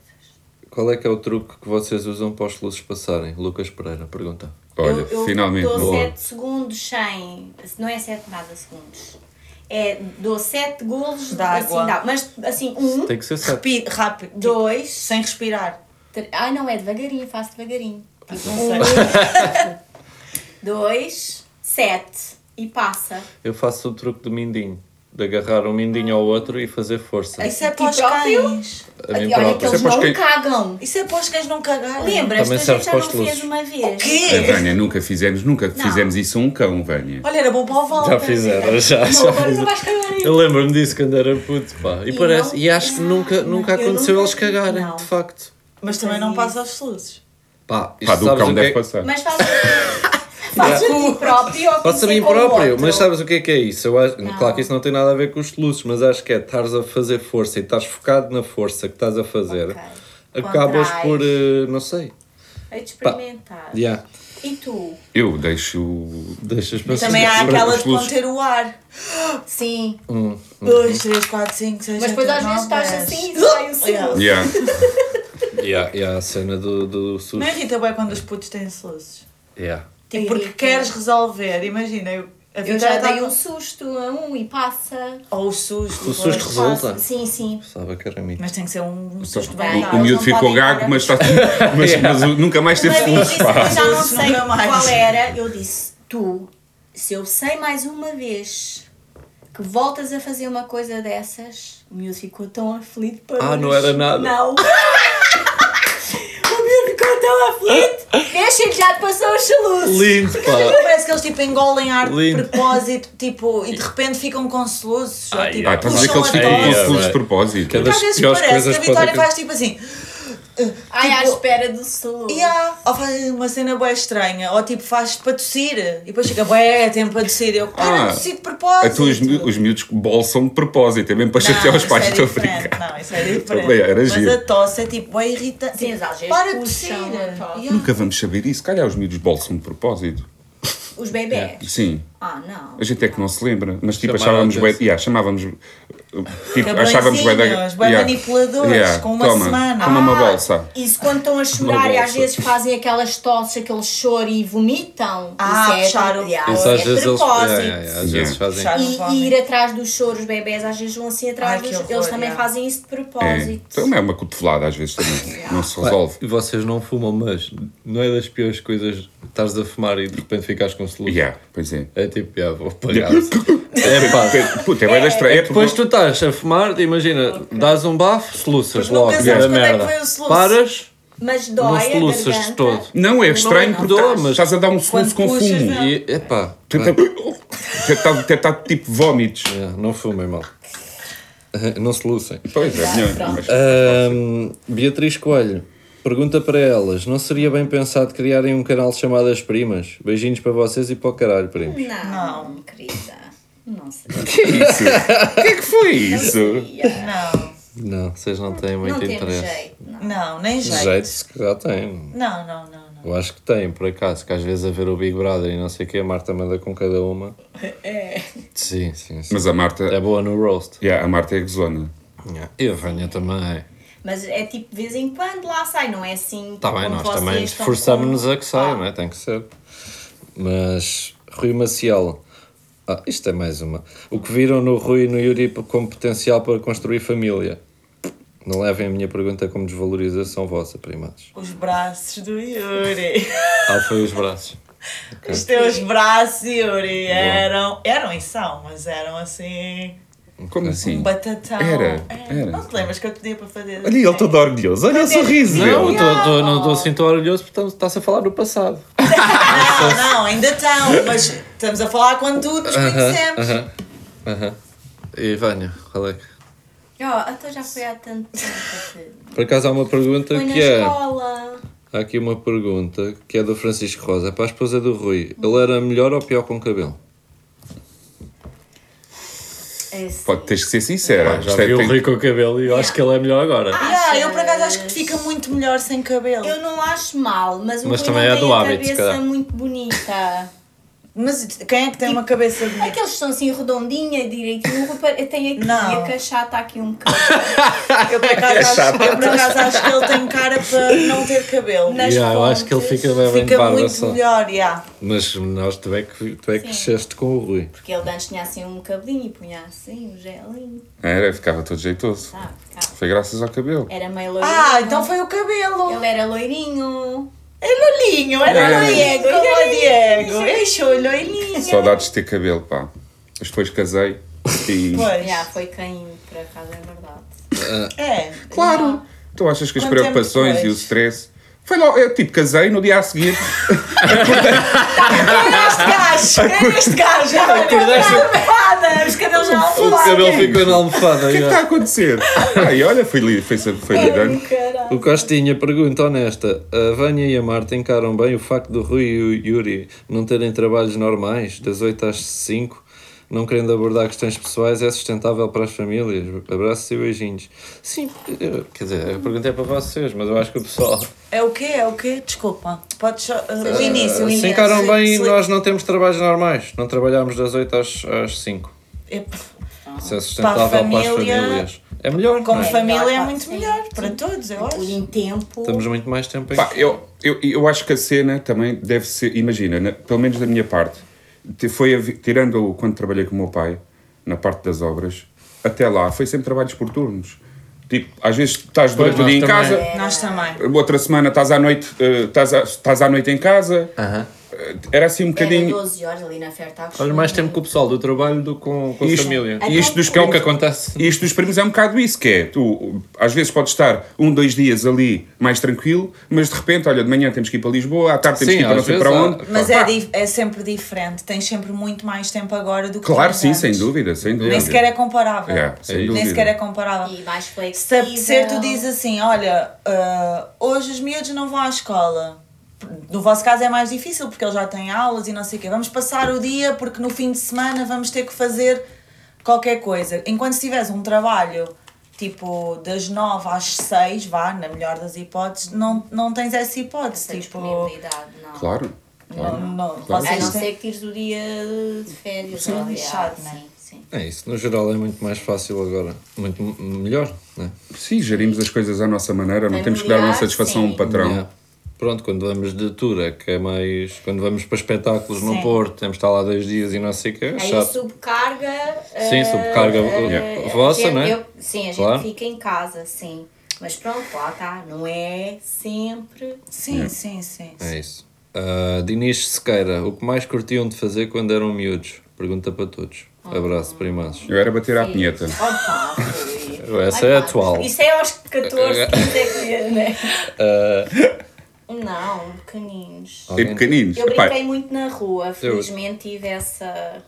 Qual é que é o truque que vocês usam para os luzes passarem? Lucas Pereira pergunta.
Olha,
eu, eu
finalmente,
Dou
boa.
7 segundos sem. Não é 7 nada segundos. É, dou 7 golos
Da água.
Assim, dá, mas assim, um,
Tem que ser certo.
Repito, rápido.
dois,
Sem respirar.
Tre- Ai, não, é devagarinho, faço devagarinho. Tipo,
Não sei.
um, dois, sete. E passa.
Eu faço o truque do mindinho. De agarrar um mindinho ao outro e fazer força.
Isso é
Ti
para os
Assim, próprio?
cães.
A mim
E olha que
próprio.
eles
Isso é para os
não
cães.
cagam.
Isso é para os cães não cagarem.
Lembras? Tu
Também
a
serve
gente já
para
não
os
fez
luzes.
uma vez.
É
A
Quê?
Vânia, nunca fizemos, nunca fizemos isso a um cão, Vânia.
Olha, era bom para o Walter.
Já fizeram, já.
Não,
já
agora não
fizeram.
vais cagar aí.
Eu lembro-me disso quando era puto, pá. E,
E
parece.
não-
E acho que nunca, nunca
Eu
aconteceu
nunca-
eles cagarem,
não.
de facto.
Mas também não passa aos luzes.
Pá, isto
Pá, do
sabes
cão
o
deve
que é...
passar.
Mas fazes faz a ti próprio ou
Faço a
tem que
mim
ser com o
próprio,
outro?
mas sabes o que é que é isso? Eu acho- Claro que isso não tem nada a ver com os luzes, mas acho que é estares a fazer força e estás focado na força que estás a fazer.
Ok.
Acabas
Contrais.
por, eh, não sei,
É de experimentar.
Yeah.
E tu?
Eu deixo.
Deixas para
Também há
sempre
aquela
as
de
luzes.
conter o ar.
Sim.
2, 3, 4, 5, 6,
Mas depois às vezes estás assim e sai o soluço.
Yeah.
Yeah, yeah, a cena do, do
Não
sushi.
irrita bem quando os putos têm soluços.
Yeah.
Tipo, porque
Irrita.
queres resolver. Imagina, eu, a
É Eu
vida
já
tá-
dei um susto a um e passa.
Ou o susto.
O susto
pois.
resulta.
Sim, sim.
Sabe a caramita.
Mas tem que ser um, um susto
bem.
bem dado.
Então, O miúdo
não
ficou
podem
gago,
parar.
mas, está, mas, mas o- nunca
Tipo,
mais teve
Uma vez
luzes.
disse que eu já não
Isso
sei
nunca mais.
qual era. Eu disse, tu, se eu sei mais uma vez que voltas a fazer uma coisa dessas, o miúdo ficou tão aflito para
Ah,
hoje.
não era nada.
Não. o miúdo ficou tão aflito. Deixa-lhe já te passou os soluços.
Lindo, pá.
Parece que eles tipo engolem ar de
Lindo.
propósito tipo, e de repente ficam com soluços. ou,
Ai,
tipo,
Ah, estás a dizer que
puxam
eles
a
ficam
tosse.
com
dose.
luzes de propósito.
Cada-
Porque
das
às vezes
piores
parece que
coisas
a Vitória
podem-
faz tipo assim.
Ai, à
Tipo-
espera do soluço.
Yeah. Ou faz uma cena bué estranha, ou tipo faz para tossir e depois fica bué tempo para tossir. Eu, cara,
Ah,
ah, tossi de propósito.
Então os, mi- os miúdos bolsam de propósito, é mesmo para chatear os
isso
pais.
é
Estou a
diferente,
brincar.
Não, isso é diferente.
Bem, era
Mas
giro.
a tosse é tipo bué irritante.
Sim,
Tipo,
às vezes
para de tossir.
puxam a tosse.
Yeah.
Nunca vamos saber isso. Se calhar os miúdos bolsam de propósito.
Os bebés.
Sim.
Ah, não.
A gente é que não se lembra, mas tipo
Chamaram
achávamos
a
bem,
atenção.
yeah, chamávamos uh, tipo,
Cabrõezinhos,
achávamos bem da
bué manipuladores, com uma
toma,
semana.
Toma uma
Ah,
bolsa.
Isso quando estão a chorar
Uma
e às
bolsa.
vezes fazem aquelas tosses, aquele choro e vomitam.
Ah,
isso é,
puxar o-
yeah,
Isso
é
às vezes eles, é,
propósito.
yeah, yeah, yeah, às vezes
Yeah.
fazem.
Puxar.
E, e ir atrás dos choros, bebés às vezes vão assim atrás
Ai, que
dos.
horror,
eles também
é.
fazem isso de
É.
propósito.
Também é uma cotovelada às vezes também. Não se resolve.
E vocês não fumam, mas não é das piores coisas estás a fumar e de repente ficares com soluço.
Yeah, pois é.
É tipo, yeah, vou pagar. é pá.
Puta, é bem da estranha. É porque-
Depois tu estás a fumar, imagina, dás um bafo, soluças
Porque nunca
logo,
sabes
da
quando é que
merda.
foi o soluço.
Paras,
Mas
não
dói a
soluças de
garganta.
todo.
Não, é estranho
não.
porque
Dou,
tá-
mas-
estás a dar um soluço
Quando
com
puxas, né?
fumo.
não.
E, epá,
Tenta- Tenta tenta- tipo vómitos.
yeah, não fumem mal. Não se lucem.
Pois é, melhor. mas-
Ahm, Beatriz Coelho pergunta para elas: não seria bem pensado criarem um canal chamado As Primas? Beijinhos para vocês e para o caralho, primos.
Não, querida. Não sei.
Que é isso? O que é que foi isso?
Não,
Não, vocês não têm muito
Não temos
interesse.
jeito. não.
não, nem
É
jeito.
Jeito, se calhar tem.
Não, não, não, não.
Eu acho que tem, por acaso, que às vezes a ver o Big Brother e não sei o que, a Marta manda com cada uma. É. Sim, sim, sim.
Mas a Marta.
É boa no roast.
Yeah, a Marta é gozona.
Yeah. E a Vânia também.
Mas é tipo de vez em quando lá sai, não é assim.
Está Tá bem,
como
nós
vocês
também
estão
esforçamos-nos
com-
a que saia,
Ah,
não é? Tem que ser. Mas Rui Maciel. Ah, isto é mais uma. O que viram no Rui e no Yuri como potencial para construir família? Não levem a minha pergunta como desvalorização vossa, primados.
Os braços do Yuri.
Ah, foi os braços.
Os teus braços, Yuri, eram. Eram e são, mas eram assim.
Como assim?
Um batatão. É.
Era, era.
Não te lembras que eu te pedia para fazer.
Olha ele todo orgulhoso, olha o sorriso
Não, eu
dele.
tô- tô- não estou assim tão orgulhoso porque estamos- está-se a falar do passado.
Não, Ah, não, ainda estão, mas estamos a falar quando tu nos conhecemos.
Aham. E Vânia, qual é que-
Ó, então já foi há tanto tempo.
Por acaso há uma pergunta
Foi na
que é.
escola.
Há aqui uma pergunta que é do Francisco Rosa, para a esposa do Rui. Ele era melhor ou pior com cabelo?
É assim.
Pode teres que ser sincera.
Ah, já
Isto é,
vi o
tem-
Rui com o cabelo e eu acho que ele é melhor agora.
Yeah, ah, eu por acaso acho que fica muito melhor sem cabelo.
Eu não acho mal, mas o
Mas
Rui
também
não
é
tem
do
a
hábito, se
cabeça
calhar.
muito bonita.
Mas quem é que tem uma cabeça bonita?
Aqueles que estão assim redondinha, direitinho, o Rui pare- tem aqui
Não.
a cachá está aqui um bocado.
Eu por acaso, acho, eu por acaso acho que ele tem cara para não ter cabelo.
Nas
Yeah, ah, eu acho que ele
fontes
fica bem, bem de
é Fica
barba
muito
só.
melhor, yeah.
Mas nós tu é que, tu é que
Sim.
cresceste com o Rui.
Porque ele antes tinha assim um cabelinho e punha assim um gelinho.
Era, ficava todo jeitoso.
Tá, tá.
Foi graças ao cabelo.
Era meio loirinho.
Ah, então foi o cabelo.
Ele era loirinho.
É lolinho, era
Era.
Diego, era o Diego. Deixou lolinho.
Saudades de ter cabelo, pá. Mas depois casei e.
Pois,
Já, foi quem, por acaso, é verdade.
é.
Claro! Tu achas que as
Quanto tempo
preocupações e o
depois?
stress. Foi logo, eu tipo, casei no dia a seguir.
Era É este gajo, era É este gajo.
Acordaste-
Nada, os cabelos já
O cabelo
alfolados.
ficou na almofada.
O que é que está a acontecer? Ai, olha, foi, li- foi, foi
É.
lidando.
O Costinha pergunta honesta: a Vânia e a Marta encaram bem o facto do Rui e o Yuri não terem trabalhos normais, das 8 às 5, não querendo abordar questões pessoais, é sustentável para as famílias. Abraços e beijinhos. Sim, eu- quer dizer, eu perguntei para vocês, mas eu acho que o pessoal.
É o quê? É o quê? Desculpa. Podes só. eh,
O início, o
se
início.
encaram bem,
se-
nós não temos trabalhos normais. Não trabalhamos das 8 às, às 5.
É,
Isso é sustentável para, as
família,
famílias. É melhor,
como
não é?
família é
Sim.
muito melhor para todos, eu acho.
Em tempo.
Temos muito mais tempo em
Pá, eu, eu, eu acho que a cena também deve ser, imagina, na- pelo menos da minha parte, te- foi a vi- tirando o- quando trabalhei com o meu pai, na parte das obras, até lá, foi sempre trabalhos por turnos. Tipo, às vezes estás
Pois,
durante o dia em
nós também.
casa,
Nós também.
outra semana estás à noite, eh, estás, à, estás à noite em casa.
Aham.
Eh, Era assim um
Era
bocadinho.
12 horas ali na Fairtax.
Olha, mais tempo com o pessoal do trabalho do que com, com a
Isto-
família.
E isto dos
Que é o
primos,
que acontece.
e isto dos primos é um bocado isso, que é, tu às vezes podes estar um, dois dias ali mais tranquilo, mas de repente, olha, de manhã temos que ir para Lisboa, à tarde temos
Sim,
que ir para não
às
sei
vezes
para
há-
onde.
Mas
Pá,
é, dif- é sempre diferente. Tens sempre muito mais tempo agora do que
Claro,
tinhas
sim,
antes.
sem dúvida, sem dúvida.
Nem sequer é comparável.
Yeah, sem
Nem
dúvida.
sequer é comparável.
E mais
Se
flexível.
apetecer, tu dizes assim: olha, ah, hoje os miúdos não vão à escola. No vosso caso é mais difícil porque eles já têm aulas e não sei o quê. Vamos passar o dia porque no fim de semana vamos ter que fazer qualquer coisa. Enquanto se tiveres um trabalho tipo das 9 às 6, vá, na melhor das hipóteses, não, não tens essa hipótese.
Essa
tipo,
disponibilidade, não.
Claro, claro.
não, não,
Claro.
A
vocês
não
têm-
ser que tires o dia de férias.
Sim,
ou de-
lixado,
ah,
né?
Sim, sim.
É isso, no geral é muito mais fácil agora. Muito m- melhor, né?
Sim, gerimos as coisas à nossa maneira,
É
não
Em
temos que dar uma
lugar,
satisfação a um
sim.
patrão.
Yeah. é, Pronto, quando vamos de tour é que é mais. Quando vamos para espetáculos no
Sim.
Porto, temos de estar lá dois dias e não sei o que, é
Aí
chato.
subcarga.
Sim,
eh,
subcarga,
eh,
yeah. vossa,
gente-
não é?
eu- sim, a gente
Claro.
fica em casa, sim. Mas pronto, lá está. Não é sempre.
Sim, sim, sim. sim.
É isso. Ah, Dinis Sequeira, o que mais curtiam de fazer quando eram miúdos? Pergunta para todos. Abraço, primaços.
Eu era bater à pinheta.
Opa, foi.
Essa é a Tá atual.
Isso é aos 14, 15 é que é, né?
Eh.
Não, pequeninos.
E
é
pequeninos.
Eu
Epá,
brinquei muito na rua, felizmente tive essa
é.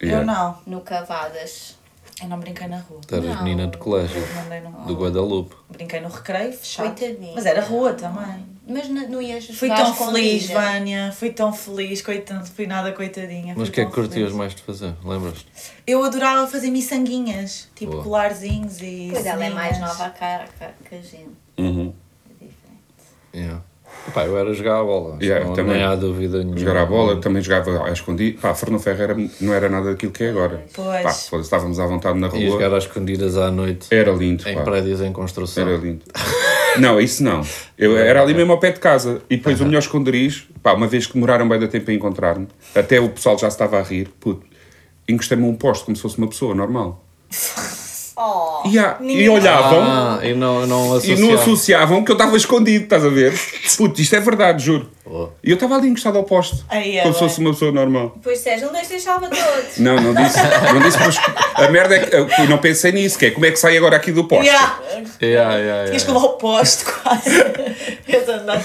Eu
yeah.
não,
no Cavadas.
eu não Ah. brinquei na rua.
Tu eras
Não.
menina de colégio,
Mandei no-
Tá. do Guadalupe.
Brinquei no recreio, fechado.
Coitadinha.
Mas era rua também.
Mas não, não ias
Fui
jogar
tão feliz,
escondida?
Vânia. Fui tão feliz, coitado, fui nada coitadinha.
Mas o
fui
que é
tão
que curtias
feliz.
mais de fazer? Lembras-te?
Eu adorava fazer miçanguinhas, tipo
Boa.
colarzinhos e.
Pois ela é mais
ceninhas.
nova a cara que- que a gente.
Uhum.
Yeah. Epá, eu era jogar a bola.
Yeah,
não,
também.
Nem há dúvida nenhuma.
Jogar à bola, também jogava à escondida. Pá, Fernando Ferro era, não era nada daquilo que é agora.
Pois.
Pá, foda-se, estávamos à vontade na
E
rua.
jogar às escondidas à noite
Era lindo,
em
pá.
prédios em construção.
Era lindo. Não, isso não. Eu era ali mesmo ao pé de casa. E depois o melhor esconderijo, pá, uma vez que demoraram bem da tempo a encontrar-me, até o pessoal já se estava a rir, puto, encostei-me a um poste como se fosse uma pessoa normal.
Oh,
E, há- e olhavam.
Ah, e não, não
E
associavam.
não associavam que eu estava escondido, estás a ver? Puto, isto é verdade, juro.
Oh.
E eu estava ali encostado ao poste,
Aí é
como se
bem.
fosse uma pessoa normal.
Pois Sérgio, não deixes salva-todos.
Não, não disse. não disse pois, a merda é que eu não pensei nisso, que é como é que sai agora aqui do poste.
Yeah.
É. Yeah, yeah,
Tinhas que
yeah.
levar o posto quase. Eu andava.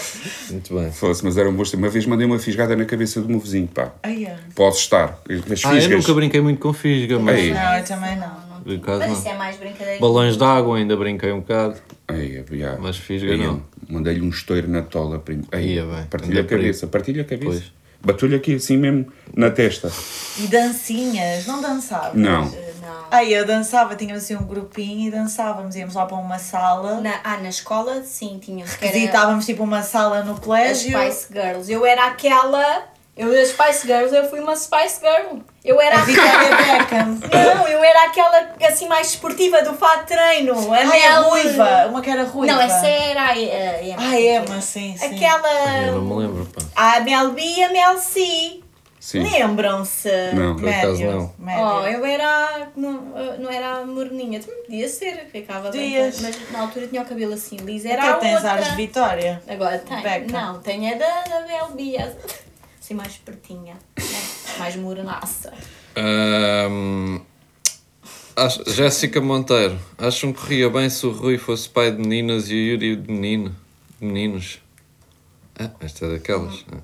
Muito bem.
Foda-se, mas era um gosto. Uma vez mandei uma fisgada na cabeça do meu vizinho, pá.
Ai, ai.
Posso estar. As
Ah, eu
fisgas.
nunca brinquei muito com fisga, mas
Ei.
Não, eu também não.
de casa
Mas isso
não.
é mais brincadeira.
Balões de água ainda brinquei um bocado.
Ai, é, já.
Mas fisga
Ai,
não.
Mandei-lhe um estouro na tola, primo. Ai,
Ia bem.
Partilha a
Ainda perigo.
cabeça, partilha a cabeça.
Pois.
Bateu-lhe aqui assim mesmo na testa.
E dancinhas, não dançava.
Não.
Eh, Não.
Ai, eu dançava, tínhamos assim um grupinho e dançávamos. Íamos lá para uma sala,
Na, ah, na escola, sim, tínhamos que era
visitávamos tipo uma sala no
as
colégio.
Spice Girls. Eu era aquela. Eu das Spice Girls, eu fui uma Spice Girl. Eu era
A
aquela.
Vitória Beckham.
Não, eu era aquela assim mais esportiva do fato de treino. A
Ai, a
Mel.
ruiva, uma que era ruiva.
Não, essa era a a Emma.
Ah, Emma, sim, sim.
Eu não
Aquela.
me lembro, pá.
é, A Mel B e a Mel C.
Sim.
Lembram-se?
Não.
Por acaso não.
médio.
Oh, eu era. Não, não era a morninha. Também podia ser, ficava bem.
Podias.
Mas na altura tinha o cabelo assim liso.
Tu
Era a
tens
outra.
ares de vitória.
Agora tem.
Beckham.
Não, tem é da, da Bel Dias. Assim mais pertinha. Né? Mais mornaça.
Ahm, acho- Jéssica Monteiro, acham que ria bem se o Rui fosse pai de meninas e o Yuri de menino? De meninos? Ah, esta é daquelas. Ah.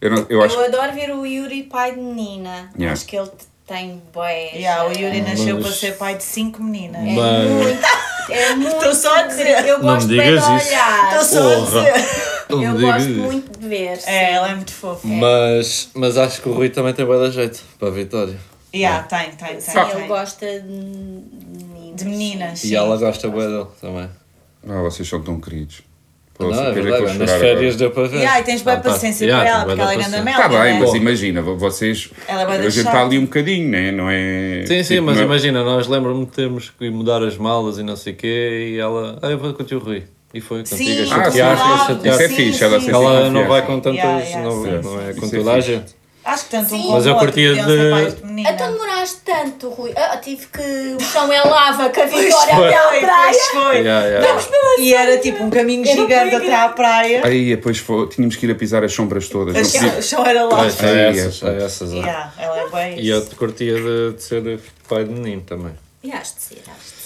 Eu, não- eu
Eu,
acho que.
adoro ver o Yuri pai de menina.
Yeah.
Acho que ele te- tem boés.
Yeah, o Yuri nasceu
Mas-
para ser pai de cinco meninas.
É muito. É muito.
Estou só a dizer.
bonito. Eu
Não
gosto
me
bem
digas
de
isso.
olhar.
Estou só a dizer.
Não me
Eu
digas
gosto
isso.
muito de ver. sim.
É, assim. ela é muito fofa.
Mas, mas acho que o Rui também tem boa da jeito para a vitória.
É. Yeah, tem, tem, tem.
Sim,
tem.
ele gosta de meninas.
De meninas.
E
sim.
ela gosta bué dele também.
Ah, vocês são tão queridos. Pô,
Não,
se
é
querem que eu
verdade, nas
chorar agora.
férias deu para ver.
Yeah, e tens boa
Ah, pá.
paciência
Yeah,
para ela,
bué
porque ela é
da
grande
paciência.
mel.
Está bem,
né?
mas imagina, vo- vocês.
Ela vai
a gente
deixar.
está ali um bocadinho, né? não é?
Sim, sim,
tipo,
mas
não é-
imagina, nós lembro-me de termos que ir mudar as malas e não sei o quê, e ela, ah, eu vou com o tio Rui. E foi contigo a
Sim,
Ah, sim,
chatear, a
claro.
chatear.
Isso é fixe, ela
sim,
ser
Ela
sim,
não
sim.
vai com tantas,
Yeah, yeah,
não,
sim,
não
sim,
é
sim.
com
Isso é
toda
Acho que tanto um
Sim.
como
Mas eu
o outro
curtia
podiam ser
de-
pais de menina.
Então demoraste tanto, Rui. Ah, tive que. O chão é lava, que a Vitória é
foi.
até à
Foi,
praia.
pois foi.
Yeah, yeah.
E era tipo um caminho
é. Eu não
gigante
fui
até à praia.
Aí, depois fo- é, tínhamos que ir a pisar as sombras todas.
O
não podia-
chão- O chão era lá.
Pois,
Ai,
É essas,
é,
é essas. é.
Yeah, ela é bem
E eu te curtia de, de ser pai de menino também.
E has de ser, has de ser.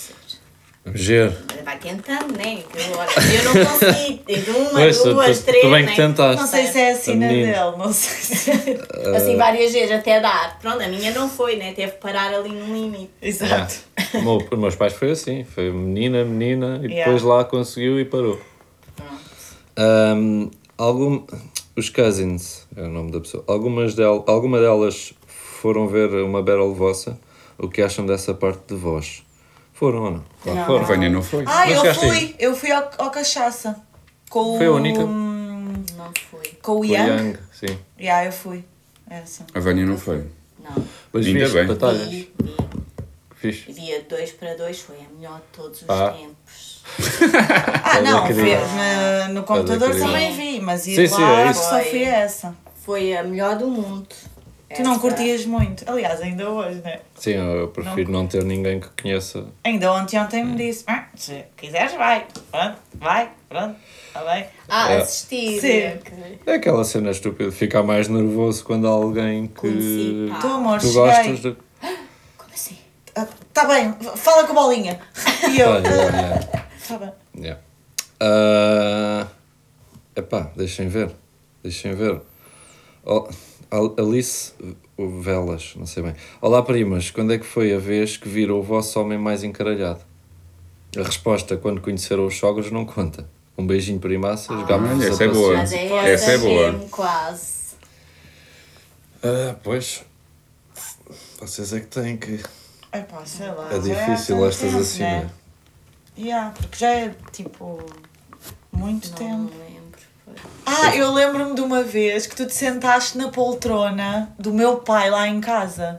Gero.
Vai tentando, né? Que eu- Eu não consegui. Teve uma,
Pois, tu-
duas,
tu-
três.
tu bem
né?
que tentaste.
Não sei se é a sina
Menino.
dele, não sei se é-
Assim várias vezes até dar. Pronto, a minha não foi, né? Teve que parar ali no limite.
Exato.
O meu- Os meus pais foi assim, foi menina, menina, e
Yeah.
depois lá conseguiu e parou. Ahm, algum, os Cousins, é o nome da pessoa, algumas del, alguma delas foram ver uma barrel vossa, o que acham dessa parte de vós? Foram ou não? Claro que
A
foram.
Vânia não foi.
Ah,
Mas
eu
chegaste
fui.
aí?
Eu fui ao, ao cachaça. Com
Foi a
o-
única?
É. Não foi.
Com o
Foi
Yang.
Yang, sim.
Yeah, eu fui. É assim. Essa.
A Vânia não foi.
Não.
Mas
Ainda
viste
bem.
batalhas?
Vi, vi.
Fiz.
Via 2 para 2 foi a melhor de todos os
Ah.
tempos.
Ah, não,
querer.
vi, na- no computador
querer.
também vi, mas ir
Sim,
lá
sim, é
acho que só
isso.
fui a essa.
Foi a melhor do mundo.
Tu não
Essa.
curtias muito. Aliás, ainda hoje, né?
Sim, eu prefiro não, ter ninguém que conheça.
Ainda ontem, ontem
Hum.
me disse: "Ah, se quiseres, vai. Pronto, vai, pronto, está bem.
Ah,
É.
assisti.
Sim.
ok.
É aquela cena estúpida, de ficar mais nervoso quando há alguém que
Conheci, pá.
Tu, amor,
tu gostas
cheguei.
de...
Como assim?
Está Ah, tá bem, fala com a bolinha. E eu.
Pá, yeah, yeah.
Está bem.
Yeah. Ah, epá, deixem ver. Deixem ver. Ó, Al- Alice o Velas, não sei bem. Olá, primas. Quando é que foi a vez que viram o vosso homem mais encaralhado? A resposta, quando conheceram os sogros, não conta. Um beijinho, primaças. gabo-vos
olha,
a
essa é boa.
paciência.
Mas é
Essa
essa,
é boa.
mesmo, quase.
Ah, pois. Vocês é que têm que...
Epá, sei lá.
É
já
difícil
tanto
estas
tempo,
assim,
né?
né?
Yeah, porque já é tipo. Muito
Não é.
tempo.
me lembro.
Ah, eu lembro-me de uma vez que tu te sentaste na poltrona do meu pai lá em casa.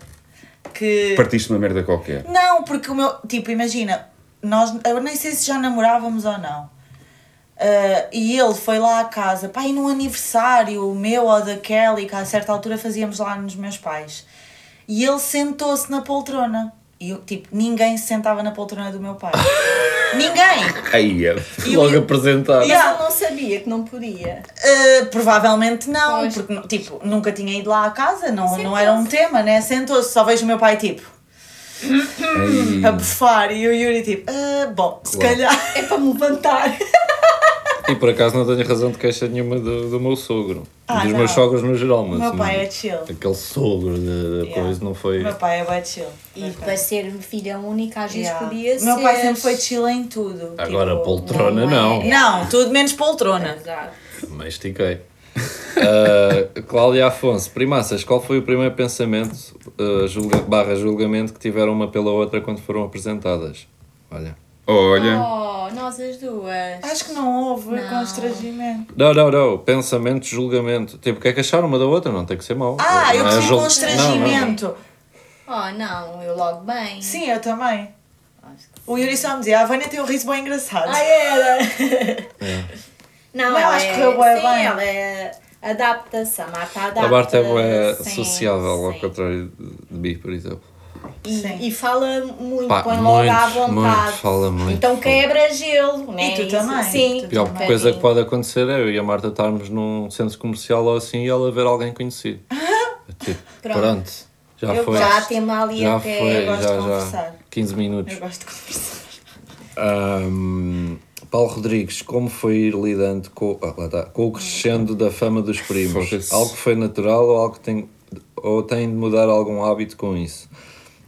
Que.
Partiste uma merda qualquer.
Não, porque o meu. Tipo, imagina, nós. Eu nem sei se já namorávamos ou não. Ah, e ele foi lá à casa, pá, e num aniversário o meu ou da Kelly, que a certa altura fazíamos lá nos meus pais. E ele sentou-se na poltrona. E eu, tipo, ninguém se sentava na poltrona do meu pai. ninguém!
Aí é.
E
Logo
eu-
apresentar.
Mas
Yeah.
ele não sabia que não podia.
Uh, provavelmente não,
Pois.
porque tipo, nunca tinha ido lá à casa, não, não era um tema, né? Sentou-se, só vejo o meu pai tipo a bufar e o Yuri tipo, "Ah, bom, se
Claro.
calhar.
É para me levantar.
E por acaso não tenho razão de queixa nenhuma do, do meu sogro.
Ah,
dos
não.
meus sogros no geral, mas.
O meu pai
não-
é chill.
Aquele sogro de, de
Yeah.
coisa não foi.
O meu pai é bem chill.
E para ser filha única, às vezes
Yeah.
podia
O
ser.
meu pai sempre foi chill em tudo.
Agora,
tipo,
poltrona
não
não,
é.
Não, tudo menos poltrona.
Exato.
mas estiquei. Ah, Cláudia Afonso, primaças, qual foi o primeiro pensamento ah, julga- barra julgamento que tiveram uma pela outra quando foram apresentadas? Olha.
Olha.
Oh, nós as duas.
Acho que não houve constrangimento.
Não, não, não. Pensamento, julgamento. Tipo, o que é que acharam uma da outra? Não tem que ser mau.
Ah, eu
Não é
tive
jul- Não, não.
constrangimento.
Oh, não, eu logo bem.
Sim, eu também. O Yuri só me dizia, a Vânia tem um riso bem engraçado.
Ah, era.
É.
Não,
Mas
ela
acho que
é,
correu bué
sim,
bem.
ela é adapta-se, a Marta adapta
A Marta é bué
sim,
sociável, ao
sim.
contrário de mim, por exemplo.
Sim.
E, e fala muito,
Pá,
põe logo à
muito,
vontade.
muito, fala muito,
Então
fala.
quebra gelo, né?
E tu
Isso-
também.
Sim.
Tu
Pior
também.
coisa que pode acontecer é eu e a Marta estarmos num centro comercial ou assim e ela ver alguém conhecido. É tipo,
Pronto.
pronto. já
Eu
foi.
Já tem ali
já
até.
foi,
eu gosto
já,
de
já.
conversar.
15 minutos.
Eu gosto de conversar.
Ahm, Paulo Rodrigues, como foi ir lidando com, ah, lá está, com o crescendo da fama dos primos?
Foda-se.
Algo que foi natural ou algo que tem, ou tem de mudar algum hábito com isso?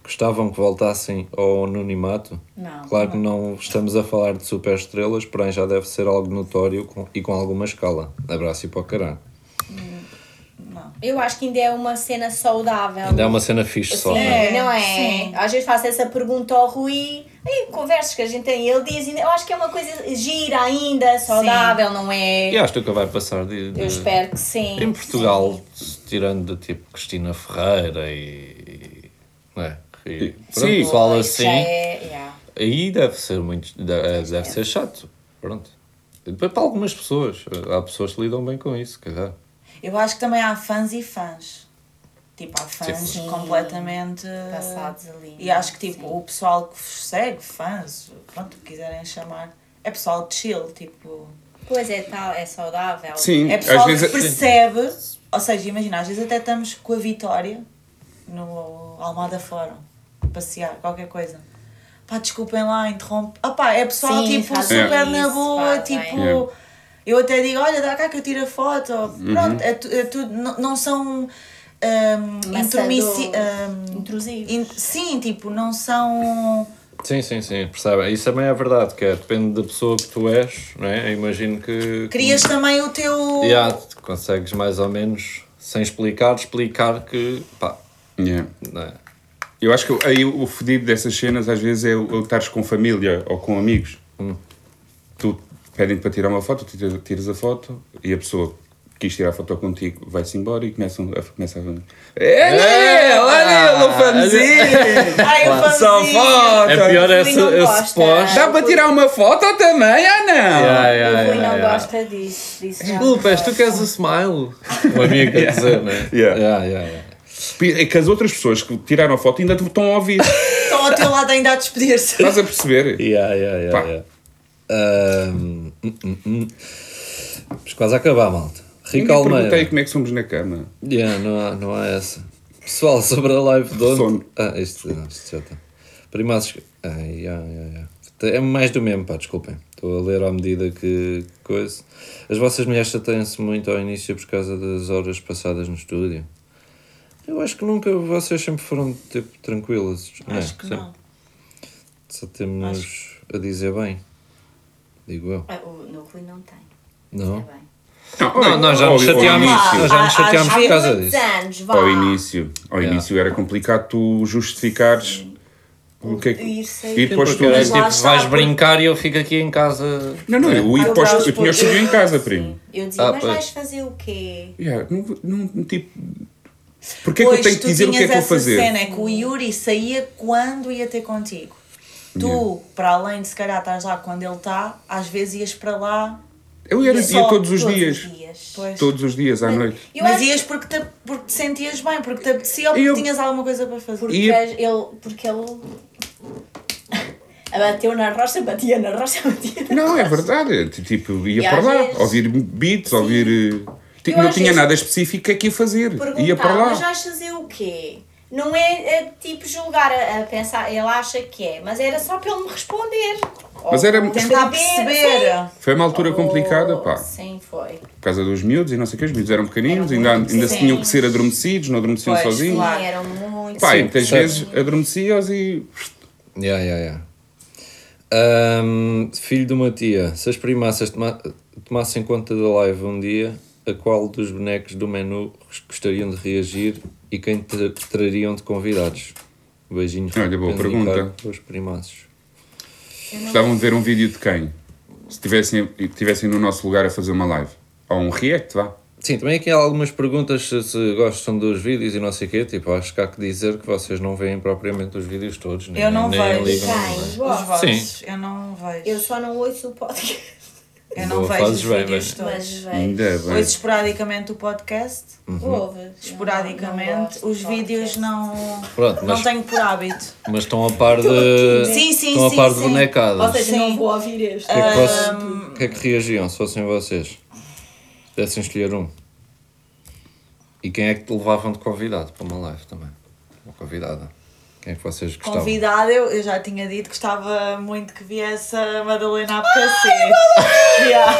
Gostavam que voltassem ao anonimato?
Não.
Claro que não estamos a falar de superestrelas, porém já deve ser algo notório com- e com alguma escala. Abraço e para o caralho.
não.
Eu acho que ainda é uma cena saudável.
Ainda é uma cena fixe só,
Sim,
não é?
É,
não é?
sim.
Às vezes faço essa pergunta ao Rui em conversas que a gente tem. Ele diz, ainda- eu acho que é uma coisa gira ainda, saudável, não é?
E acho que nunca vai passar de. de-
Eu espero que sim.
Em Portugal, tirando de tipo Cristina Ferreira e. Não é? E, pronto,
Sim.
pessoal
Isso
assim.
já é- yeah.
Aí deve ser muito. Deve, deve ser chato. Pronto. E Depois para algumas pessoas. Há pessoas que lidam bem com isso, se calhar.
Eu acho que também há fãs e fãs. Tipo, há fãs
Sim.
completamente.
Passados ali, né?
E acho que tipo,
sim.
o pessoal que vos segue, fãs, pronto, o que quiserem chamar, é pessoal chill, tipo.
Pois é, tal, é saudável.
Sim,
É
às
pessoal que
vezes.
percebe, ou seja, imagina, às vezes até estamos com a Vitória no Almada Fórum, a passear, qualquer coisa. Pá, desculpem lá, interrompe. Ah pá, é pessoal
Sim,
tipo
fazem
super na
isso, é.
boa,
fazem.
tipo.
Yeah.
Eu até digo, olha, dá cá que eu tiro a foto.
Uhum.
Pronto, é tu- é tudo, não, não são. hum, Um,
Maçador.
intromissi- um,
Intrusivos.
in- sim, tipo, não são.
Sim, sim, sim, percebe? Isso também é verdade, que é, depende da pessoa que tu és, não é? Eu imagino que.
Crias também o teu.
Yeah, tu consegues mais ou menos, sem explicar, explicar que. pá,
Yeah.
não é?
Eu acho que aí o fodido dessas cenas às vezes é o o estares com família ou com amigos.
Hum.
Tu pedem para tirar uma foto, tu tira- tiras a foto e a pessoa que quis tirar a foto contigo vai-se embora e começam a, começa a.
Ah,
É, né? olha ele, o fanzinho!
Ai, o
Só
fãzinho.
foto!
É pior
Rui
esse,
não
esse
gosta.
pós.
Dá para tirar uma foto também, ah não?
Yeah,
O
yeah,
Rui
yeah,
não
yeah.
gosta disso. disso já não
Desculpa, és tu que
gosta.
és o smile. Um amigo a dizer, não é?
Yeah.
Yeah, yeah, yeah.
É que as outras pessoas que tiraram a foto ainda te estão a ouvir.
Estão ao teu lado ainda a despedir-se.
Estás a perceber?
Yeah, yeah, yeah,
Pá.
yeah. Ahm, hum, hum, hum. Vamos quase a acabar, malta. Rico
Nunca perguntei
Almeida.
como é que somos na cama.
Yeah, não, há, não há essa. Pessoal, sobre a live de
Sono.
ontem. Ah, isto, não, isto já está. Primaços. Ai, ai, ai, ai. É mais do mesmo, pá, desculpem. Estou a ler à medida que coisa. As vossas mulheres chateiam-se muito ao início por causa das horas passadas no estúdio. Eu acho que nunca vocês sempre foram tipo tranquilas. não é?
Acho que
Sempre-
não.
Só temos a dizer bem. Digo eu.
Ah, o- No Rui não tem.
Não?
Tá bem.
Não, nós já
ao-
nos chateámos,
Ao
nós
início,
já nos
Ah,
chateámos
acho
por causa
Muitos
disso.
anos, vá.
ao início, ao início era complicado tu justificares o que é que.
Ir sair.
Ir para o
Porque
estúdio.
é
Mas lá
tipo,
está,
vais
porque-
brincar e eu fico aqui em casa.
Não, não, eu
Ah,
ir para o
eu
estúdio. Eu tinha o estúdio em casa, primo.
Eu dizia,
Ah,
mas
pois.
vais fazer o quê?
Yeah, não, não, tipo. Porquê é que eu
Pois,
tenho que
tu
dizer o que é
tinhas
que vou
essa
fazer?
cena, é que o Yuri saía quando ia ter contigo. Tu, para além de se calhar estás lá quando ele está, às vezes ias para lá,
Eu ia,
Só
ia todos os
todos
dias.
os dias.
pois.
Todos os dias à noite.
Eu
mas
acho-
ias porque te, porque te sentias bem, porque te apetecia ou porque
Eu-
tinhas alguma coisa para fazer.
Porque,
E-
ele, porque ele bateu na rocha, batia na rocha, batia na
Não, é verdade. t- Tipo, ia
E
para
às
lá,
vezes-
ouvir beats, ouvir. eh, ti-
Eu
Não
às
tinha
vezes-
nada específico que é que ia fazer. Ia para
Perguntava, mas
lá.
vais fazer o quê? Não é, é, tipo julgar a, a pensar, ele acha que é, mas era só para ele me responder.
Mas
Ou
era-
Tentar
sim.
perceber.
Foi uma altura
Ou-
complicada, pá.
Sim, foi.
por causa dos miúdos e não sei o que, os miúdos eram pequeninos,
Eram
ainda,
muito
ainda se tinham que
pequeninos.
ser adormecidos, não adormeciam
Pois,
sozinhos.
claro.
Sim, eram muito.
Pá,
Sim,
e muitas
percebes.
vezes adormeciam-os e.
Yeah, yeah, yeah. Ahm, filho de uma tia, se as primaças toma- tomassem conta da live um dia, a qual dos bonecos do menu gostariam de reagir e quem tra- trariam de convidados? Beijinhos.
Olha, boa
Ricardo,
pergunta.
Os primaços.
Gostavam de ver um vídeo de quem? Se tivessem, tivessem no nosso lugar a fazer uma live. Ou um react, vá.
Sim, também aqui há algumas perguntas se, se gostam dos vídeos e não sei o quê. Tipo, acho que há que dizer que vocês não veem propriamente os vídeos todos. Nem,
Eu não
nem
vejo.
ligam, não
Quem?
vejo.
Os vossos,
Sim.
eu não vejo.
Eu só não ouço o podcast,
Eu não
Boa,
vejo os
fazes bem,
vídeos
bem.
todos.
mas vejo.
Ainda bem.
Ouço esporadicamente o podcast,
Hum. Uhum.
Ouve.
esporadicamente.
Não gosto de
os vídeos
podcast.
não,
Pronto,
não
mas-
tenho por hábito.
Mas estão a par de.
Sim, sim,
estão
sim,
a par de
sim. um,
bonecadas.
Ou seja,
Sim.
não vou ouvir este.
O que é que, vos- o que é que reagiam se fossem vocês? Dessem escolher um. E quem é que te levavam de convidado para uma live também? Uma convidada. Quem é que vocês gostavam?
Convidada, eu, eu já tinha dito que gostava muito que viesse a Madalena Apocassi. Yeah.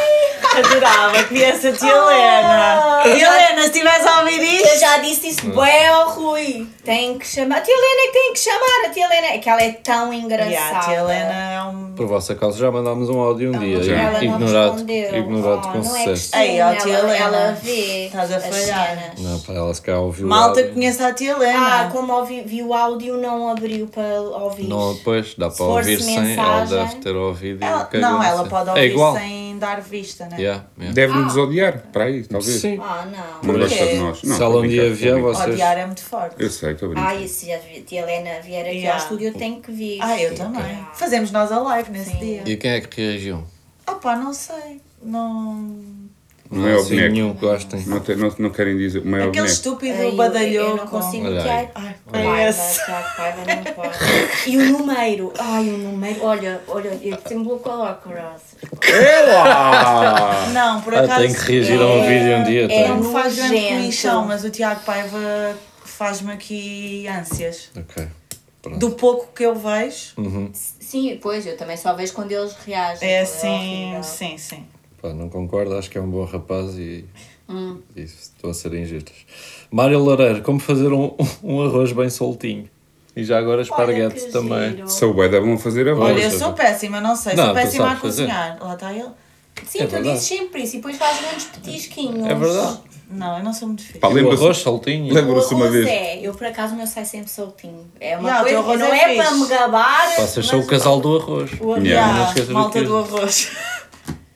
Adorava que viesse a tia Helena.
Ah! eu já-
Helena, se estiveres a ouvir
Eu
isto. é
já disse
Ah.
isso bem ao Rui. Tem que chamar. A tia Helena é que tem que chamar. A tia Helena é que ela é tão engraçada.
Yeah, a tia Helena é um.
Por vossa causa já mandámos um áudio um dia.
Ela não
ignorado
respondeu.
ignorado
Ah,
Oh,
com
não é
sucesso.
costume,
Ei, ó, tia
ela,
Helena,
ela vê
estás a
as
falhar.
cenas.
Não, para ela se calhar ouviu. o
Malta
áudio.
que conhece a tia Helena.
Ah, como ouvi, vi o áudio, não abriu para ouvir.
Não, depois dá para
for
ouvir
se
sem. Ela
mensagem-
deve ter ouvido. e
Ela-
cagou,
não, ela
sei.
pode
é
ouvir
igual.
sem dar vista, né?
Yeah, yeah.
Deve-nos odiar, para aí, talvez.
Sim.
Ah, não.
Não
Porquê?
gosta de nós. Não,
Se ela um
tô a brincar,
dia
tô a
vier,
brincar.
vocês-
Odiar é muito forte.
Eu sei, estou a brincar.
Ah, e se a tia Helena vier aqui
Yeah.
ao estúdio, eu tenho que vir.
Ah, eu também. Fazemos nós a live nesse dia.
E quem é que reagiu?
Opa, não sei. Não.
Não é o
Sim,
boneco.
nenhum que gostem.
Não, te- não, não querem dizer. Não é o
Aquele
boneco.
estúpido
Eu,
badalhoco.
eu não consigo.
Olha aí.
Tiago
Ai,
Paiva,
é esse.
Tiago Paiva, não pode. E o número. Ai, o número. Olha, olha, eu tenho um bloqueado a cross.
Ela!
Não, por
Ah,
acaso.
tenho que reagir a um vídeo um dia.
é
Não
tenho.
me faz grande
Nojento.
comissão, mas o Tiago Paiva faz-me aqui ânsias.
Ok. Pronto.
Do pouco que eu vejo,
Sim, pois, eu também só vejo quando eles reagem.
é
quando
assim.
horrível.
Sim, sim.
Pá, não concordo, acho que é um bom rapaz e. e estou a ser injustas. Mário Loureiro, como fazer um, um arroz bem soltinho? E já agora
Olha que
esparguete também.
giro.
Sou bué da bom fazer a voz.
Olha, eu
Pois,
sou péssima, não sei.
Não,
sou
tu
péssima a
sabes fazer.
cozinhar. Lá está ele?
Sim,
É
tu
verdade.
dizes sempre isso e depois faz grandes petisquinhos.
É verdade.
Não, eu não sou muito fixe.
Pá,
O
lembra-se-
arroz soltinho.
O
Lembra-se uma
arroz
vez.
é, eu por acaso o meu sai sempre soltinho. É uma
Yeah, o teu
coisa que
arroz
não
é
é,
fixe.
para me gabar.
Vocês são
mas
o casal do arroz.
o arroz
Yeah.
Ah,
Não esqueças
malta
do
do
queijo.
arroz.